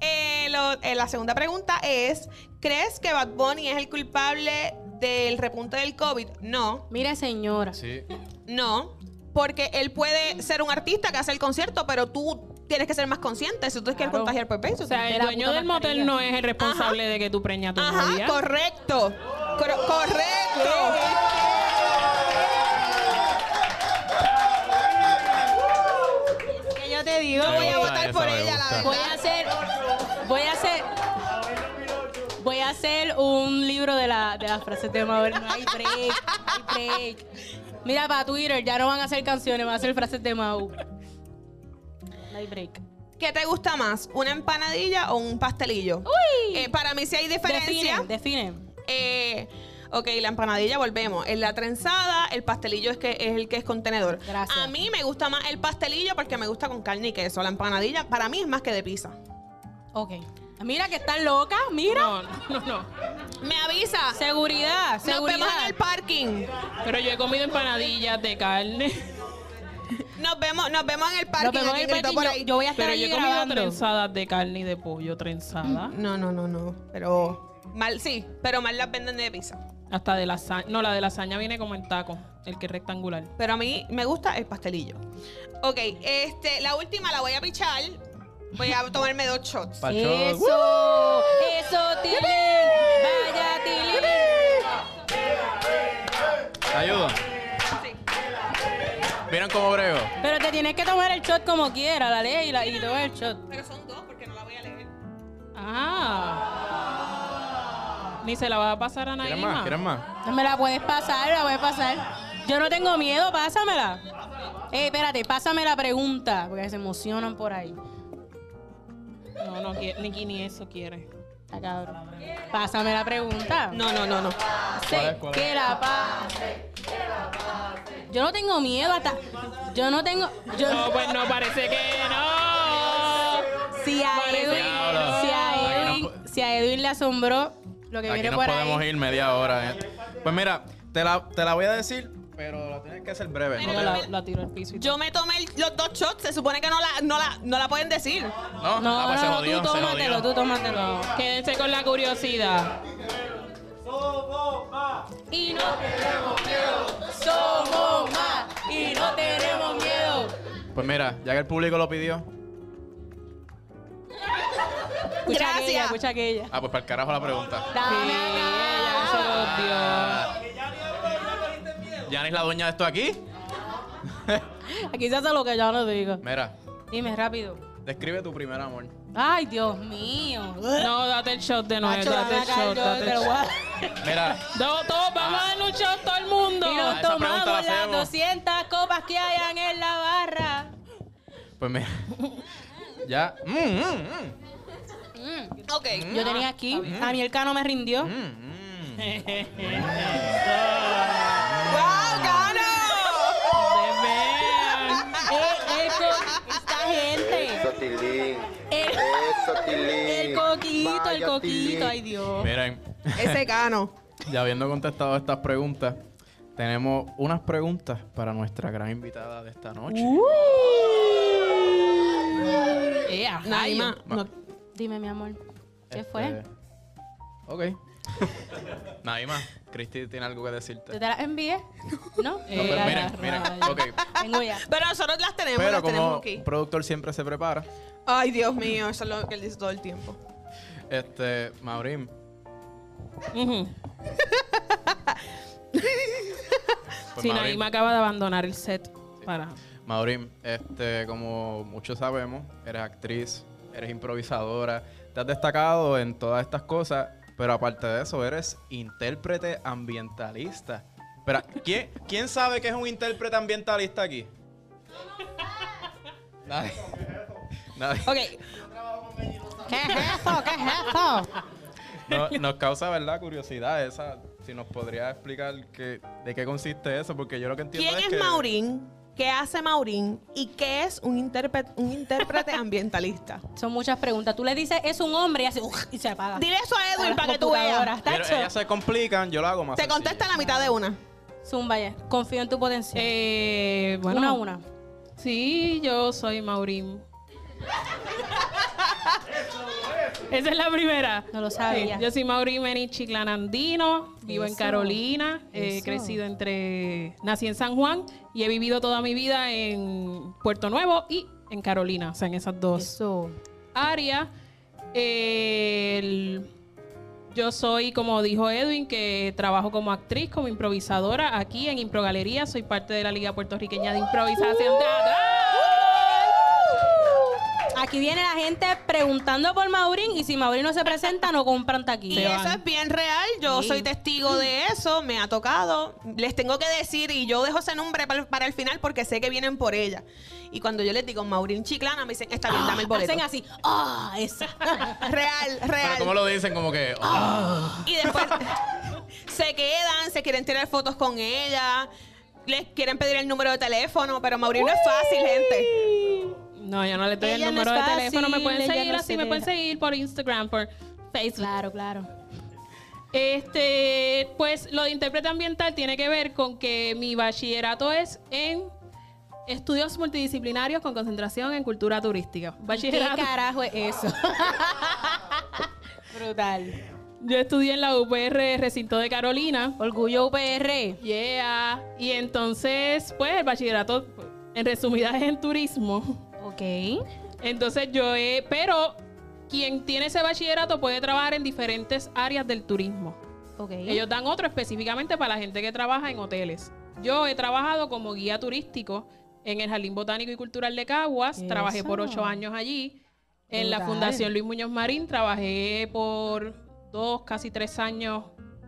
Eh, lo- eh, la segunda pregunta es, ¿crees que Bad Bunny es el culpable del repunte del COVID? No, Mira, señora. Sí. no, porque él puede ser un artista que hace el concierto, pero tú tienes que ser más consciente si tú quieres Claro. contagiar por peso. O sea, De el la dueño puta del motel mascarilla. no es el responsable de que tú preñas a tu Ajá, novia. correcto. Cor- correcto. Que yo te digo, Me voy a gusta votar esa, por me ella, gusta. la verdad. voy a hacer. Voy a hacer. Voy a hacer un libro de, la, de las frases de Mabel. No hay break, no hay break. Mira, para Twitter ya no van a hacer canciones, van a hacer frases de Mau. No hay break. ¿Qué te gusta más, una empanadilla o un pastelillo? Eh, para mí sí hay diferencia. Definen, definen. Eh, ok, la empanadilla, volvemos. En la trenzada, el pastelillo es, que, es el que es contenedor. Gracias. A mí me gusta más el pastelillo porque me gusta con carne y queso. La empanadilla para mí es más que de pizza. Ok. Mira que están locas, mira. No, no, no. Me avisa. Seguridad, Nos seguridad. vemos en el parking. Pero yo he comido empanadillas de carne. Nos vemos, nos vemos en el parking. Nos vemos en Alguien el parking, gritó por yo- ahí. Yo, voy a estar Pero yo ahí he comido grabando. trenzadas de carne y de pollo trenzada. No, no, no, no. Pero mal, sí, pero mal las venden de pizza. Hasta de lasaña. No, la de lasaña viene como en taco, el que es rectangular. Pero a mí me gusta el pastelillo. Ok, este, la última la voy a pichar. Voy a tomarme dos shots. Pal show. Eso, eso, Tilín. Vaya, Tilín. Te Ayudo. Sí. ¿Vieron cómo brego? Pero te tienes que tomar el shot como quiera, la ley y, la, y todo el shot. Pero son dos porque no la voy a leer. Ah. Ah. Ni se la va a pasar a nadie ¿Quieren más? ¿Quieren más? No me la puedes pasar, la puedes pasar. Yo no tengo miedo, pásamela. Ey, espérate, pásame la pregunta, porque se emocionan por ahí. No, no, qui- ni, ni eso quiere. Ah, cabrón. Pásame la pregunta. No, no, no, no. Sí, ¿Cuál es? ¿Cuál es? que la pase. Yo no tengo miedo hasta. Yo no tengo. Yo, No, pues no, parece que no. si, a parece Edwin, diablo. si, a Aquí no Edwin, si a Edwin le asombró lo que Aquí viene nos por podemos ahí. ir media hora. ¿eh? Pues mira, te la, te la voy a decir, pero la tienes que hacer breve. No, No, te- la, la tiro al piso. y Yo me tomé el- los dos shots, se supone que no la, no la, no la pueden decir. no, No, ah, pues se no, jodió, tú se tómatelo, jodió. tú tómatelo. todo. Quédense con la curiosidad. Y no tenemos miedo, somos más. Y no tenemos miedo. Pues mira, ya que el público lo pidió. Escucha aquella, Gracias. escucha aquella. Ah, pues para el carajo la pregunta. Dame acá. ¿Ya es la dueña de esto aquí? Aquí se hace lo que yo no digo. Mira, Dime rápido. describe tu primer amor. Ay, Dios mío. No, date el shot de nuevo. Nacho, date el acá, shot, yo date te el lo voy shot. a- Mira, No, todos, vamos a darle un shot todo el mundo. Ah. Y Ah, nos Ah, esa pregunta la tomamos las hacemos. 200 copas que hayan en la barra. pues mira. Ya. Mm, mm, Mm. Ok. Yo tenía aquí, a mí el cano me rindió. mm, mm, mm. ¡Wow, ¡Ah, gano! Te vean. Eh, el co- esta gente. Eso, Tilín. El, Eso, Tilín. el coquito, el Vaya, coquito, Tilín. ay Dios. Miren, Ese gano. ya habiendo contestado estas preguntas, tenemos unas preguntas para nuestra gran invitada de esta noche. Ea, Naima. rayo. Ma- Dime, mi amor, ¿qué fue? Este, Ok. Naima, Cristi tiene algo que decirte. ¿Yo te la envié? No. No, pero Eh, miren, rayo. miren, ok. Tengo ya. Pero nosotros las tenemos, Pero las tenemos como aquí. productor siempre se prepara, Ay, Dios mío, eso es lo que él dice todo el tiempo. Este, Maurín. Ujú. Pues, Sí, Maurín, Naima acaba de abandonar el set para... Maurín, este, como muchos sabemos, eres actriz, eres improvisadora, te has destacado en todas estas cosas, pero aparte de eso, eres intérprete ambientalista. Pero, ¿quién, ¿quién sabe qué es un intérprete ambientalista aquí? Nadie. Nadie. Ok. ¿Qué es esto? ¿Qué es esto? No- nos causa, ¿verdad? Curiosidad esa. Si nos podría explicar que, de qué consiste eso, porque yo lo que entiendo ¿Quién es que... Maurín? ¿Qué hace Maurín? ¿Y qué es un intérprete, un intérprete ambientalista? Son muchas preguntas. Tú le dices, es un hombre y hace, "Uf", y se apaga. Dile eso a Edwin las para que tú veas. computadoras. Pero Tacho, ellas se complican, yo lo hago más Te sencillo. contesta la mitad de una. Zumba ya. Confío en tu potencial. Eh, bueno, una a una. Sí, yo soy Maurín. Esa es la primera. No lo sabía. Sí, yo soy Maurín Menichi Clanandino, vivo en Eso, Carolina, he eso. crecido entre... Nací en San Juan y he vivido toda mi vida en Puerto Nuevo y en Carolina, o sea, en esas dos Eso. áreas. El- Yo soy, como dijo Edwin, que trabajo como actriz, como improvisadora aquí en Improgalería. Soy parte de la Liga Puertorriqueña de Improvisación Uh-huh. ¡Ah! Teatral. Aquí viene la gente preguntando por Maurín y si Maurín no se presenta, no compran Y taquilla. Se eso van. es bien real, yo soy testigo de eso, me ha tocado. Les tengo que decir, y yo dejo ese nombre para, para el final porque sé que vienen por ella. Y cuando yo les digo Maurín Chiclana, me dicen, está bien, dame el boleto. Hacen así. ¡Ah! esa. Real, Pero real. ¿cómo lo dicen? Como que... "Ah, Y después se quedan, se quieren tirar fotos con ella, les quieren pedir el número de teléfono, pero Maurín no es fácil, gente. No, yo no le doy el Ella no número es de teléfono. Me fácil, pueden ella seguir no así, se me pueden deja. seguir por Instagram, por Facebook. Claro, claro. Este, pues lo de intérprete ambiental tiene que ver con que mi bachillerato es en estudios multidisciplinarios con concentración en cultura turística. ¿Qué Bachillerato. carajo es eso? Brutal. Yo estudié en la UPR Recinto de Carolina. Orgullo UPR. Yeah. Y entonces, pues el bachillerato, en resumidas, es en turismo. Ok. Entonces yo he, pero quien tiene ese bachillerato puede trabajar en diferentes áreas del turismo. Ok. Ellos dan otro específicamente para la gente que trabaja en hoteles. Yo he trabajado como guía turístico en el Jardín Botánico y Cultural de Caguas. Eso. Trabajé por ocho años allí. En la Brutal. Fundación Luis Muñoz Marín trabajé por dos, casi tres años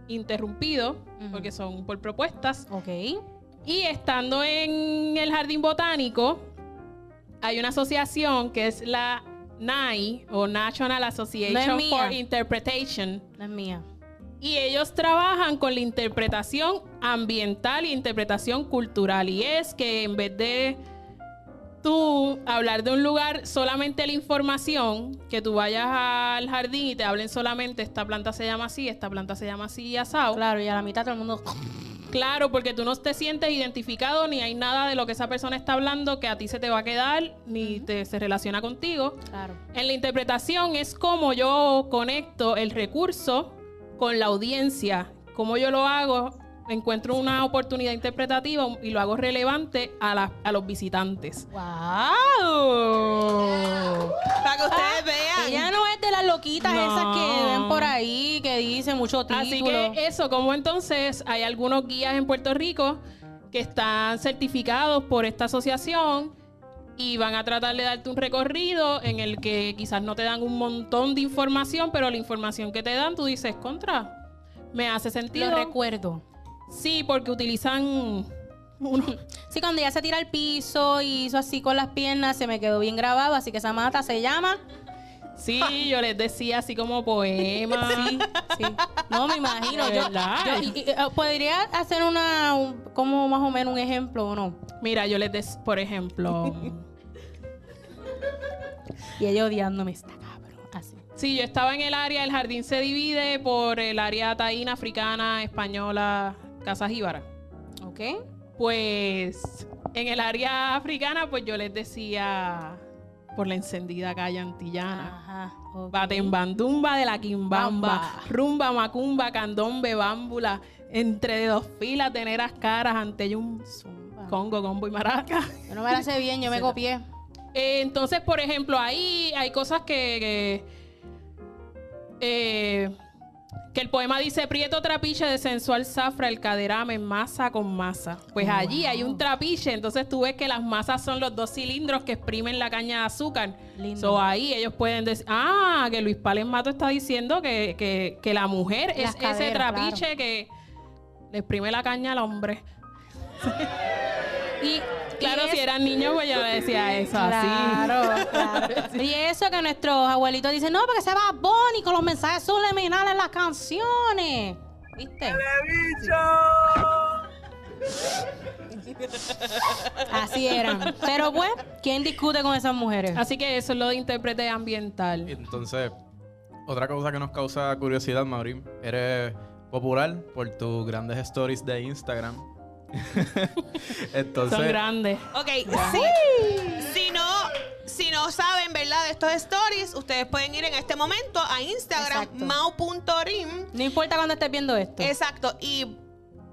interrumpidos, Ujú. porque son por propuestas. Ok. Y estando en el Jardín Botánico, hay una asociación que es la NAI, o National Association mía. for Interpretation. No es mía. Y ellos trabajan con la interpretación ambiental y interpretación cultural. Y es que en vez de tú hablar de un lugar solamente la información, que tú vayas al jardín y te hablen solamente esta planta se llama así, esta planta se llama así y asado. Claro, y a la mitad todo el mundo. Claro, porque tú no te sientes identificado ni hay nada de lo que esa persona está hablando que a ti se te va a quedar ni te, se relaciona contigo. Claro. En la interpretación es como yo conecto el recurso con la audiencia. Como yo lo hago, encuentro una oportunidad interpretativa y lo hago relevante a, la- a los visitantes. ¡Wow! Para que ustedes Ella vean. no es de las loquitas No. esas que ven por ahí, que dice mucho título. Así que eso, como entonces hay algunos guías en Puerto Rico que están certificados por esta asociación y van a tratar de darte un recorrido en el que quizás no te dan un montón de información, pero la información que te dan tú dices, contra, me hace sentido. Lo recuerdo. Sí, porque utilizan Sí, cuando ella se tira al piso y hizo así con las piernas, se me quedó bien grabado. Así que esa mata se llama. Sí, yo les decía así como poemas. Sí. No, me imagino. De Yo, verdad. yo- y- y- eh, podría hacer una, un- como más o menos un ejemplo o no. Mira, yo les decía, por ejemplo, Y ella odiándome está cabrón. Así. sí, yo estaba en el área, el jardín se divide por el área taína, africana, española, casa jíbara. ¿Ok? Pues en el área africana, pues yo les decía por la encendida calle antillana. Ajá. Ah, ok. Batembandumba de la quimbamba, Bamba. rumba macumba, candombe, bámbula, entre de dos filas, teneras caras, ante un Zumba. congo, combo y maraca. Yo no me la sé bien, yo me copié. Eh, Entonces, por ejemplo, ahí hay cosas que, que eh, que el poema dice Prieto trapiche de sensual zafra, el caderame masa con masa. Pues Oh, allí hay un trapiche, entonces tú ves que las masas son los dos cilindros que exprimen la caña de azúcar. Lindo. So ahí ellos pueden decir, ah, que Luis Palen Mato está diciendo que, que- que la mujer Las es ese caderas, trapiche claro. que le exprime la caña al hombre. Y Claro, y si es- eran niños, pues yo le decía eso así. Claro, claro. Y eso que nuestros abuelitos dicen, no, porque se va Bonnie con los mensajes subliminales en las canciones. ¿Viste? Así eran. Pero pues, ¿quién discute con esas mujeres? Así que eso es lo de intérprete ambiental. Entonces, otra cosa que nos causa curiosidad, Maurín, eres popular por tus grandes stories de Instagram. Entonces, Son grandes. Ok, sí. Si no, si no saben, ¿verdad? De estos stories, ustedes pueden ir en este momento a Instagram, Exacto. mau.rim. No importa cuando estés viendo esto. Exacto. Y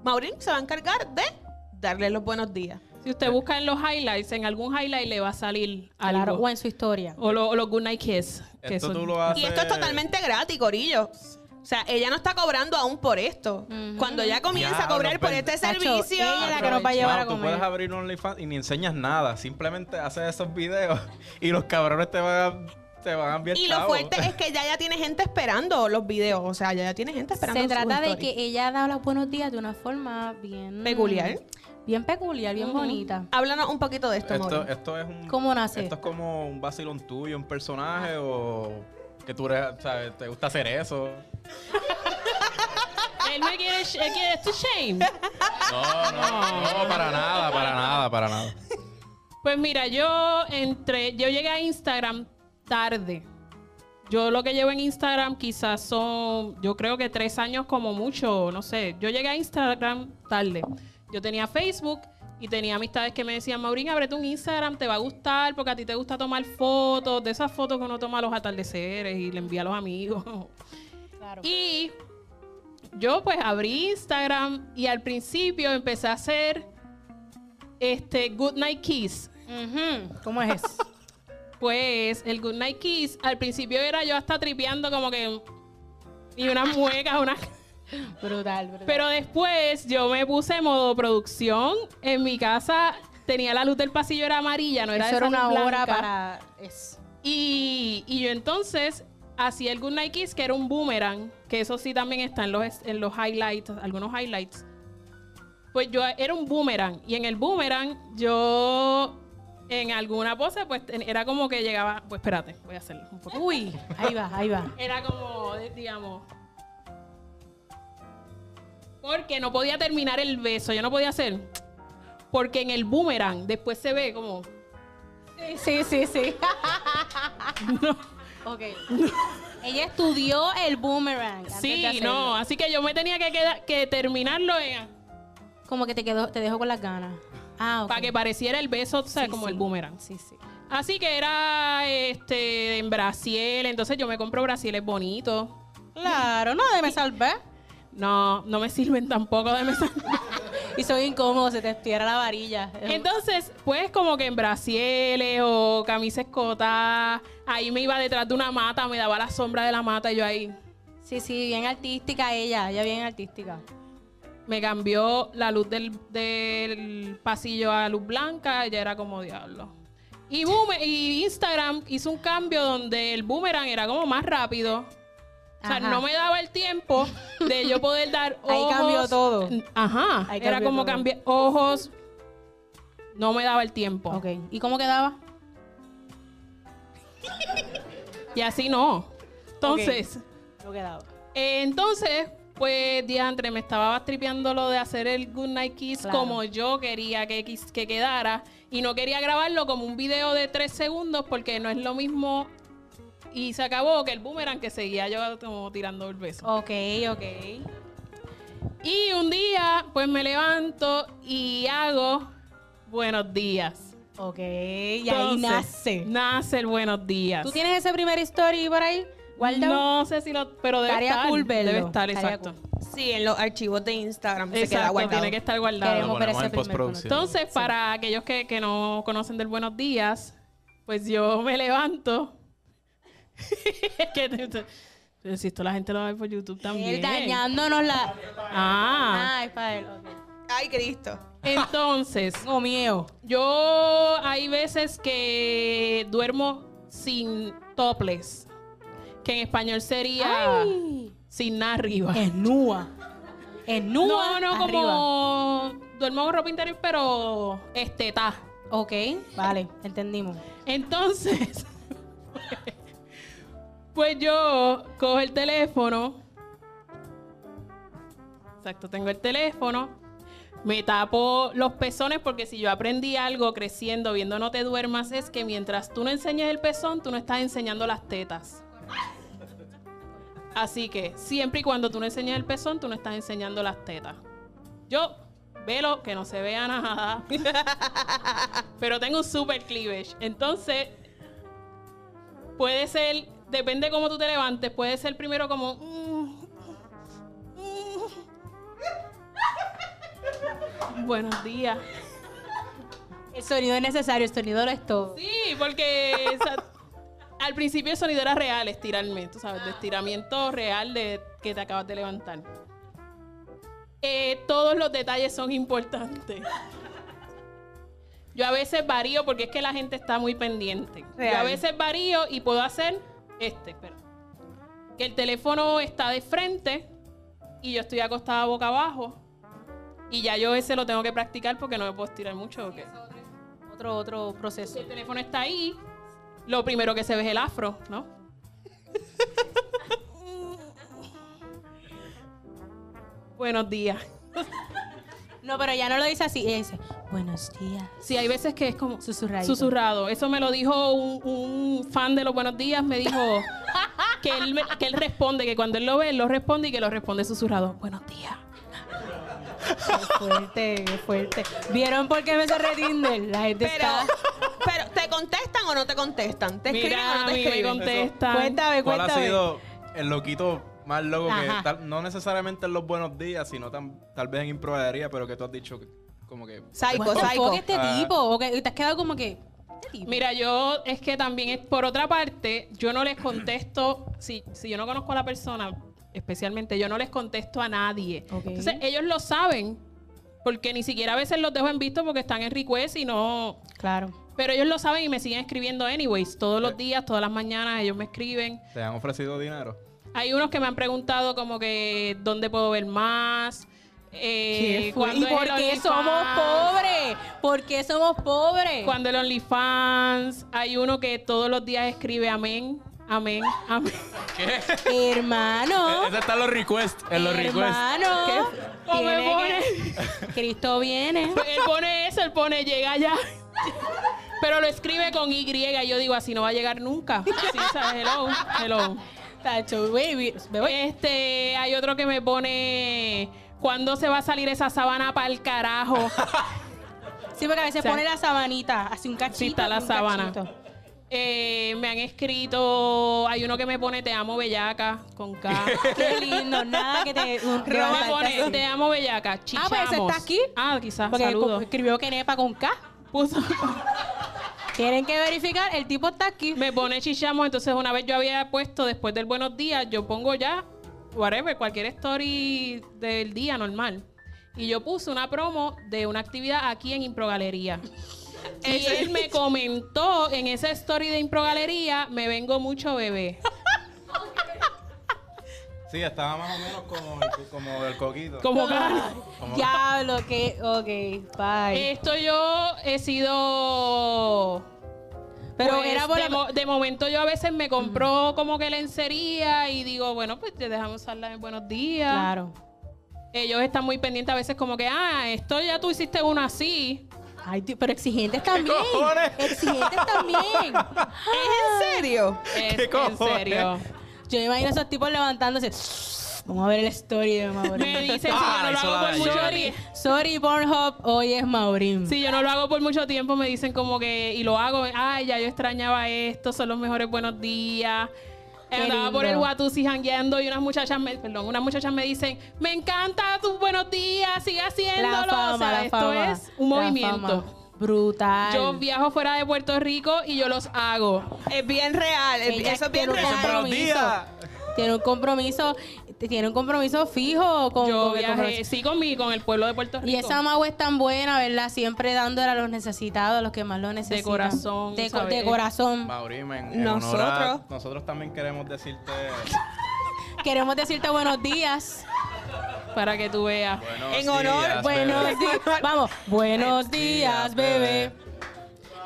Maurín se va a encargar de darle los buenos días. Si eh, usted busca en los highlights, en algún highlight le va a salir algo. Claro, o en su historia. O lo- o los Good Night Kiss. que esto son- tú lo haces. Y esto es totalmente gratis, Corillo. O sea, ella no está cobrando aún por esto. Ujú. Cuando ella comienza a Diablo, cobrar por pero- este Tacho, servicio. ella es la que nos va a llevar Mau, a tú puedes comer. abrir un OnlyFans y ni enseñas nada. Simplemente haces esos videos y los cabrones te van a, te van a enviar Y lo chavo. fuerte es que ya ya tiene gente esperando los videos. O sea, ya ya tiene gente esperando Se sus trata de que stories. ella da los buenos días de una forma bien... Peculiar. Bien peculiar, bien bonita. Háblanos un poquito de esto, Esto, Maureen. esto es un, ¿Cómo nace? Esto es como un vacilón tuyo, un personaje o que tú eres, ¿sabes? te gusta hacer eso. Él me quiere, él quiere esto es shame. No, no, no, para nada, para nada, para nada. Pues mira, yo entré, yo llegué a Instagram tarde. Yo lo que llevo en Instagram quizás son, yo creo que tres años como mucho, no sé. Yo llegué a Instagram tarde. Yo tenía Facebook y tenía amistades que me decían, Maurín, ábrete un Instagram, te va a gustar porque a ti te gusta tomar fotos, de esas fotos que uno toma a los atardeceres y le envía a los amigos. Y yo pues abrí Instagram y al principio empecé a hacer este Good Night Kiss. Ujú, ¿Cómo es eso? Pues el Good Night Kiss, al principio era yo hasta tripeando como que. "Mm, Y unas muecas, unas. brutal, brutal. Pero después yo me puse en modo producción. En mi casa tenía la luz del pasillo, era amarilla, no era Eso de era esa una luz hora blanca. para... Eso. Y, y yo entonces hacía el Good Night Kiss, que era un boomerang, que eso sí también está en los, en los highlights, algunos highlights. Pues yo era un boomerang. Y en el boomerang, yo en alguna pose, pues ten- era como que llegaba. Pues espérate, voy a hacerlo un poco. Uy, ahí va, ahí va. Era como, eh, digamos. Porque no podía terminar el beso, yo no podía hacer. Porque en el boomerang después se ve como. Sí, sí, sí. Ok. Ella estudió el boomerang. antes de Sí, hacerlo. no, así que yo me tenía que, queda- que terminarlo eh, Como que te quedó, te dejó con las ganas. Ah, ok. para que pareciera el beso, o sea, Sí, como sí. el boomerang. Sí, sí. Así que era este en Brasil, entonces yo me compro brasiles bonitos. Claro, no, de me salvar. No, no me sirven tampoco de mesa. Y soy incómodo, se te estira la varilla. Entonces, pues como que en brasieles o camisa escota, ahí me iba detrás de una mata, me daba la sombra de la mata y yo ahí. Sí, sí, bien artística ella, ella bien artística. Me cambió la luz del, del pasillo a luz blanca, ya era como diablo. Y, boome- y Instagram hizo un cambio donde el boomerang era como más rápido. O sea, Ajá. no me daba el tiempo de yo poder dar Ahí ojos. cambió todo. Ajá. Ahí era cambió como todo. cambiar ojos. No me daba el tiempo. Ok. ¿Y cómo quedaba? Y así no. Entonces, No quedaba. eh, entonces, pues, diantre, me estaba tripeando lo de hacer el Good Night Kiss Claro. como yo quería que, quis- que quedara. Y no quería grabarlo como un video de tres segundos porque no es lo mismo. Y se acabó que el boomerang que seguía yo como tirando el beso. Ok, ok. Oh. Y un día, pues me levanto y hago buenos días. Ok, y ahí Entonces, nace. Nace el buenos días. ¿Tú tienes ese primer story por ahí? Waldo? No sé si lo. Pero debe Estaría estar. cool verlo. debe estar, Estaría exacto. cool. Sí, en los archivos de Instagram se queda Exacto, guardado. tiene que estar Lo guardado. Queremos ver ponemos ese en primer postproducción. Entonces, para aquellos que, que no conocen del Buenos Días, pues yo me levanto. Es que- Pero si esto la gente lo va a ver por YouTube también. Él dañándonos la. Ah. Ay, para él. ok. Ay, Cristo. Entonces, Oh, mío. yo hay veces que duermo sin toples. Que en español sería sin nada arriba. Es nua. Es nua. No, no, arriba. como duermo con ropa interior, pero este ta. Ok, vale, entendimos. Entonces, pues yo cojo el teléfono. Exacto, tengo el teléfono. Me tapo los pezones porque si yo aprendí algo creciendo viendo No te duermas es que mientras tú no enseñes el pezón, tú no estás enseñando las tetas. Así que siempre y cuando tú no enseñes el pezón, tú no estás enseñando las tetas. Yo velo que no se vea nada, pero tengo un super cleavage. Entonces, puede ser, depende cómo tú te levantes, puede ser primero como. mm, mm. Buenos días. El sonido es necesario, el sonido lo es todo. Sí, porque o sea, al principio el sonido era real, estirarme, tú sabes, de estiramiento real de que te acabas de levantar. Eh, todos los detalles son importantes. Yo a veces varío porque es que la gente está muy pendiente. Yo a Real. veces varío y puedo hacer este, espera. Que el teléfono está de frente y yo estoy acostada boca abajo. Y ya yo ese lo tengo que practicar porque no me puedo estirar mucho. porque- Otro, otro proceso. si el teléfono está ahí, lo primero que se ve es el afro, ¿no? Buenos días. No, pero ya no lo dice así. Ella dice, buenos días. Sí, hay veces que es como Susurradito. susurrado. Eso me lo dijo un, un fan de los Buenos Días, me dijo que él, me- que él responde, que cuando él lo ve, él lo responde y que lo responde susurrado. Buenos días. Qué fuerte, qué fuerte. ¿Vieron por qué me cerré Tinder? La gente Pero, está... pero, ¿te contestan o no te contestan? ¿Te escriben Mira, o no te a mí me escriben? contestan. Cuéntame, ¿Cuál ha cuéntame. sido el loquito más loco Ajá. que tal- no necesariamente en los buenos días, sino tan- tal vez en improvisaría, pero que tú has dicho que- como que Psycho, What the fuck psycho. este Ah. tipo? ¿O que te has quedado como que... este tipo? Mira, yo es que también, es, por otra parte, yo no les contesto, si, si yo no conozco a la persona, especialmente, yo no les contesto a nadie. Ok. Entonces, ellos lo saben, porque ni siquiera a veces los dejo en visto porque están en request y no... Claro. Pero ellos lo saben y me siguen escribiendo anyways, todos los días, todas las mañanas, ellos me escriben. te han ofrecido dinero. Hay unos que me han preguntado como que, ¿dónde puedo ver más? Eh, ¿Qué fue? ¿Y ¿cuándo es por el qué OnlyFans? somos pobres? ¿Por qué somos pobres? Cuando el OnlyFans, hay uno que todos los días escribe amén, amén, amén. Hermano. Ese está en los requests, en los requests. Hermano. ¿Cómo me tiene que- Cristo viene. Pues él pone eso, él pone llega ya. Pero lo escribe con Y y yo digo, así no va a llegar nunca. Sí, ¿sabes? Hello, hello. Tacho, baby. Me voy. Este, hay otro que me pone, ¿cuándo se va a salir esa sábana para el carajo? Sí, porque a veces Sí. pone la sabanita, así un cachito. Sí, está la un sábana. cachito. Eh, me han escrito, hay uno que me pone, te amo bellaca, con K. Qué lindo, nada que te. Un Otro me levantarte pone, así. te amo bellaca, Ah, chichamos. pues ese está aquí. Ah, quizás, Porque como saludos. escribió que nepa con K. Puso- Tienen que verificar, el tipo está aquí. me pone chichamos, entonces una vez yo había puesto después del buenos días, yo pongo ya, whatever, cualquier story del día normal. Y yo puse una promo de una actividad aquí en Improgalería. Y él me comentó en esa story de Improgalería, me vengo mucho bebé. Sí, estaba más o menos como el, como el coquito. Como claro. Como- Diablo, que. Ok, bye. Esto yo he sido. Pero pues, era por de, la- mo- de momento yo a veces me compró como que lencería y digo, bueno, pues te dejamos usarla en buenos días. Claro. Ellos están muy pendientes a veces como que, ah, esto ya tú hiciste uno así. Ay, tío, pero exigentes también. cojones? Exigentes también. ¿Es en serio? Es- ¿Qué Este, en cojones? serio. Yo me imagino a esos tipos levantándose. Vamos a ver el story de Maurín. Me dicen, si Ah, yo no lo eso hago la por vi, mucho yo la tiempo. Sorry, Pornhub, hoy es Maurín. Si yo no lo hago por mucho tiempo, me dicen como que, y lo hago, ay, ya yo extrañaba esto, son los mejores buenos días. Qué Andaba lindo. por el Watusi jangueando y unas muchachas me, perdón, unas muchachas me dicen, me encanta tus buenos días, sigue haciéndolo. la fama, o sea, la esto fama, es un la movimiento. fama. Brutal. Yo viajo fuera de Puerto Rico y yo los hago. Es bien real. es- Ella eso es bien quiere un Eso es real. buenos días. Tiene un compromiso, tiene un compromiso fijo con, Yo con el viajé, compromiso. sí, con, mi, con el pueblo de Puerto Rico. Y esa magua es tan buena, ¿verdad? Siempre dándole a los necesitados, a los que más lo necesitan. corazón, De, co- ¿sabes? de corazón. Mauricio, en, en Nosotros. honor a- nosotros también queremos decirte. Queremos decirte buenos días. Para que tú veas. buenos En honor, días, bebé. Buenos días. Vamos. Buenos días, bebé.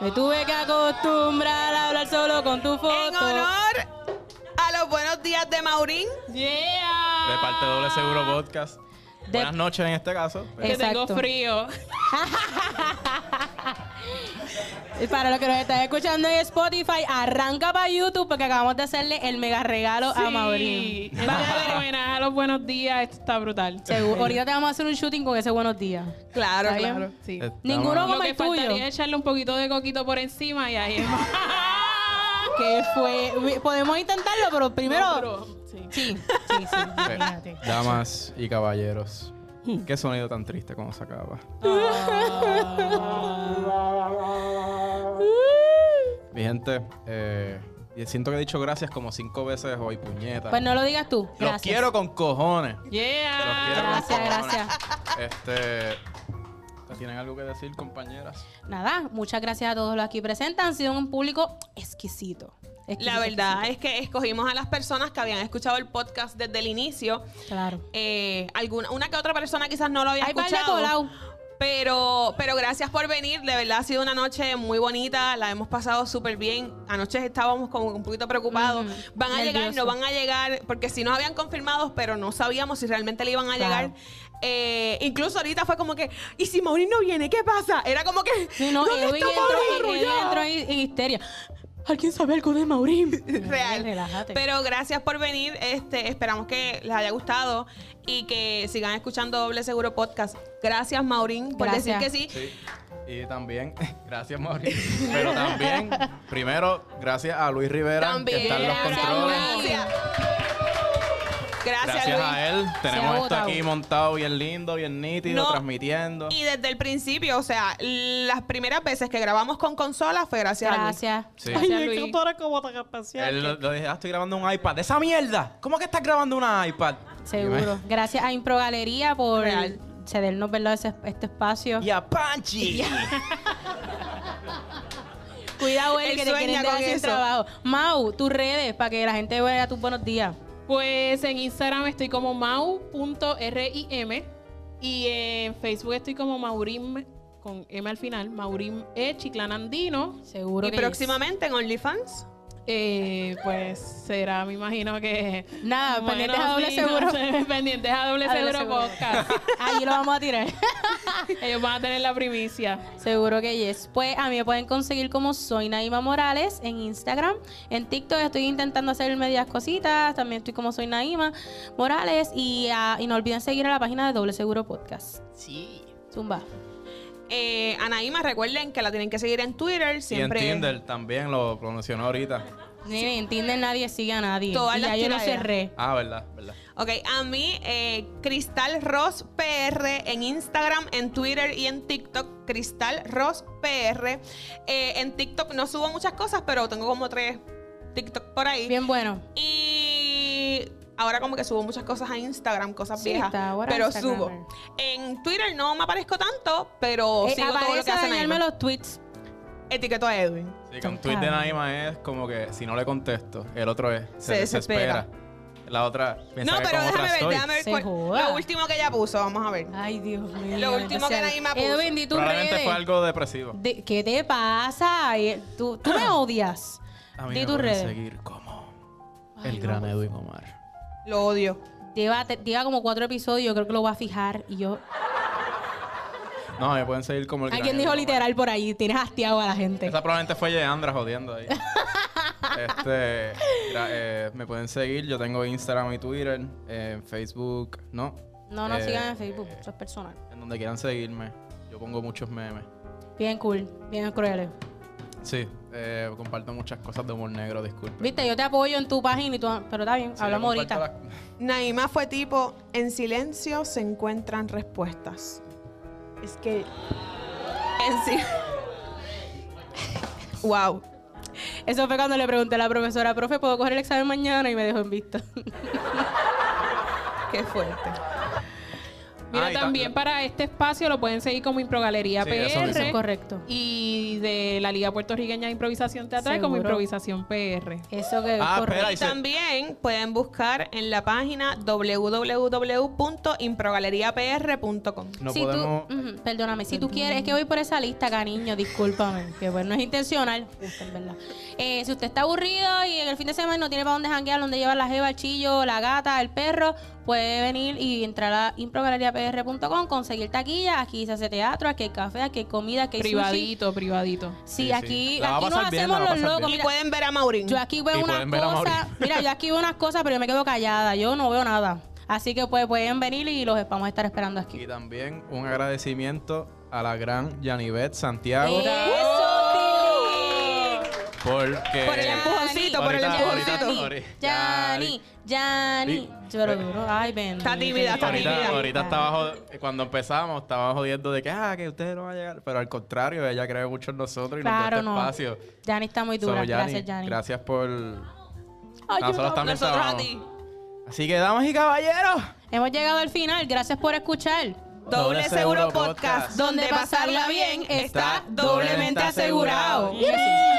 Me tuve que acostumbrar a hablar solo con tu foto. En honor a los buenos días de Maurín. ¡Yeah! De parte de Doble Seguro Podcast. De- Buenas noches en este caso. Que Exacto. tengo frío. Y para los que nos están escuchando en Spotify, arranca para YouTube porque acabamos de hacerle el mega regalo a Maurín. Vamos a homenaje a los buenos días. Esto está brutal. Seguro. Ahorita te vamos a hacer un shooting con ese buenos días. Claro, ¿Está bien? claro. Sí. Estamos- Ninguno Lo como que el tuyo. faltaría es echarle un poquito de coquito por encima y ahí es más. Que fue. Podemos intentarlo, pero primero. Sí. Sí, sí, sí. Eh, Damas y caballeros. Mm. Qué sonido tan triste cuando se acaba. Ah. Mi gente, eh, y siento que he dicho gracias como cinco veces hoy, puñeta. Pues no lo digas tú. Los Gracias. quiero con cojones. Los quiero Yeah. con Gracias, cojones. gracias. Este. ¿Tienen algo que decir, compañeras? Nada, muchas gracias a todos los aquí presentes. Han sido un público exquisito. Exquisito, La verdad exquisito. es que escogimos a las personas que habían escuchado el podcast desde el inicio. Claro. Eh, alguna, una que otra persona quizás no lo había Hay par de escuchado. colao. Pero, pero gracias por venir. De verdad ha sido una noche muy bonita. La hemos pasado súper bien. Anoche estábamos como un poquito preocupados. Ujú, Van a llegar, no nervioso. van a llegar. Porque si nos habían confirmado, pero no sabíamos si realmente le iban a Claro. llegar. Eh, incluso ahorita fue como que, ¿y si Maurice no viene? ¿Qué pasa? Era como que. Sí, no, ¿dónde Edwin está entró, Maurice? Edwin entró en, en histeria. ¿Alguien sabe algo de Maurín? Real. Relájate. Pero gracias por venir. Este, esperamos que les haya gustado y que sigan escuchando Doble Seguro Podcast. Gracias, Maurín, por Gracias. decir que sí. Sí. Y también, gracias, Mauricio. Pero también, primero, gracias a Luis Rivera, También. que está en los Gracias, controles. Luis. Gracias. Gracias, Gracias, Luis. a él, ha tenemos esto votado. aquí montado bien lindo, bien nítido, No. transmitiendo. Y desde el principio, o sea, las primeras veces que grabamos con consola fue gracias, a Gracias. Sí. Gracias, Luis. Él lo, lo dije, ah, estoy grabando un iPad. ¡De esa mierda! ¿Cómo que estás grabando un iPad? Seguro. Gracias a Impro Galería por Real. cedernos ¿verdad? ese- este espacio. Y a Panchi. Cuidado, Eli, Él que te sueña quieren con dejar sin eso. trabajo. Mau, tus redes para que la gente vea tus buenos días. Pues en Instagram estoy como mau.rim y en Facebook estoy como maurim con M al final, maurim E, Chiclán Andino. Seguro Luis. Y que próximamente en OnlyFans. Eh, pues será, me imagino que. es. Nada, Bueno, Ah, pendientes a doble sí, seguro. no sé, pendientes a doble A doble seguro seguro. podcast. Allí lo vamos a tirar. Ellos van a tener la primicia. Seguro que yes. Pues a mí me pueden conseguir como soy Naima Morales en Instagram. En TikTok estoy intentando hacer medias cositas. También estoy como soy Naima Morales. Y, ah, y no olviden seguir a la página de Doble Seguro Podcast. Sí. Zumba. Eh, Anaíma, recuerden que la tienen que seguir en Twitter. y en Siempre. Tinder también lo promocionó ahorita. Nene, en Tinder nadie sigue a nadie. Todas Y las ya yo lo tiraderas. cerré. Ah, verdad, verdad. Ok, a mí, eh, Cristal Ross PR en Instagram, en Twitter y en TikTok, Cristal Ross PR. Eh, en TikTok no subo muchas cosas, pero tengo como tres TikTok por ahí. Bien bueno. Y ahora como que subo muchas cosas a Instagram, cosas Sí, viejas, está ahora pero Instagram. subo. En Twitter no me aparezco tanto, pero Eh, sigo todo lo aparece que a hacen dañarme ahí. los tweets. Etiqueto a Edwin. Sí, que un tweet de Naima es como que si no le contesto, el otro es se, Se desespera. desespera. La otra piensa no, que pero con otra déjame ver, estoy. déjame ver. Se cuál- joda. Lo último que ella puso, vamos a ver. Ay, Dios mío. Lo último que Naima puso. Edwin, di tus Probablemente redes. fue algo depresivo. De- ¿Qué te pasa? Eh, Tú, tú me odias. A mí Di me tus pueden redes. seguir como el gran Edwin Omar. Lo odio. Lleva, te- lleva como cuatro episodios, yo creo que lo voy a fijar. Y yo. No, me pueden seguir como el gran Alguien Edwin dijo Omar. literal por ahí. Tienes hastiado a la gente. Esa probablemente fue Yeandra jodiendo ahí. este, gra- eh, me pueden seguir, yo tengo Instagram y Twitter, en Facebook, ¿no? No, no Eh, sigan en Facebook. Eso es personal. En donde quieran seguirme. Yo pongo muchos memes. Bien cool. Bien crueles. Sí, eh, comparto muchas cosas de humor negro, disculpe. Viste, yo te apoyo en tu página y tú. Pero está bien, Sí, yo hablamos comparto ahorita. Naima fue tipo, en silencio se encuentran respuestas. Es que... En sí. wow. Eso fue cuando le pregunté a la profesora, profe, ¿puedo coger el examen mañana? Y me dejó en vista. Qué fuerte. Mira, Ah, y ta- también para este espacio lo pueden seguir como Improgalería Sí, PR. eso mismo. Eso es correcto. Y de la Liga Puertorriqueña de Improvisación Teatral como Seguro. Improvisación PR. Eso que es Ah, correcto. espera, Y y se- también pueden buscar en la página www.improgaleriapr.com. No si podemos. tú, Mm. ujú, perdóname, si tú quieres, es que voy por esa lista, cariño, discúlpame, que bueno, no es intencional, justo, en verdad. Eh, si usted está aburrido y en el fin de semana no tiene para dónde janguear, dónde llevar la jeva, el chillo, la gata, el perro, puede venir y entrar a improgaleriapr.com, conseguir taquilla, aquí se hace teatro, aquí hay café, aquí hay comida, aquí hay sushi. Privadito, privadito. Sí, Sí, aquí, sí. La va a aquí nos pasar bien, la hacemos va a los pasar locos. bien. Y Mira, pueden ver a Maurín. yo aquí Y veo unas pueden ver a cosas. Mauri. Mira, yo aquí veo unas cosas, pero yo me quedo callada. Yo no veo nada. Así que pues, pueden venir y los vamos a estar esperando aquí. Y también un agradecimiento a la gran Yanivet Santiago ¡Eso, porque Por el empujoncito, por el Ahorita, empujoncito. ahorita. Yani, Yani, Yani. Pero duro. Ay, ven. Está tímida, está ahorita, tímida. ahorita estaba jod- cuando empezamos estaba jodiendo de que ah que ustedes no van a llegar, pero al contrario, ella cree mucho en nosotros y Claro, nos no. da este espacio. Yani está muy So, dura. Yani, gracias, Yani. gracias por nosotros también Nosotros a trabajamos. ti. Así que damas y caballeros, Hemos llegado al final. Gracias por escuchar. Doble Seguro Podcast, donde pasarla bien está doblemente asegurado. Yes.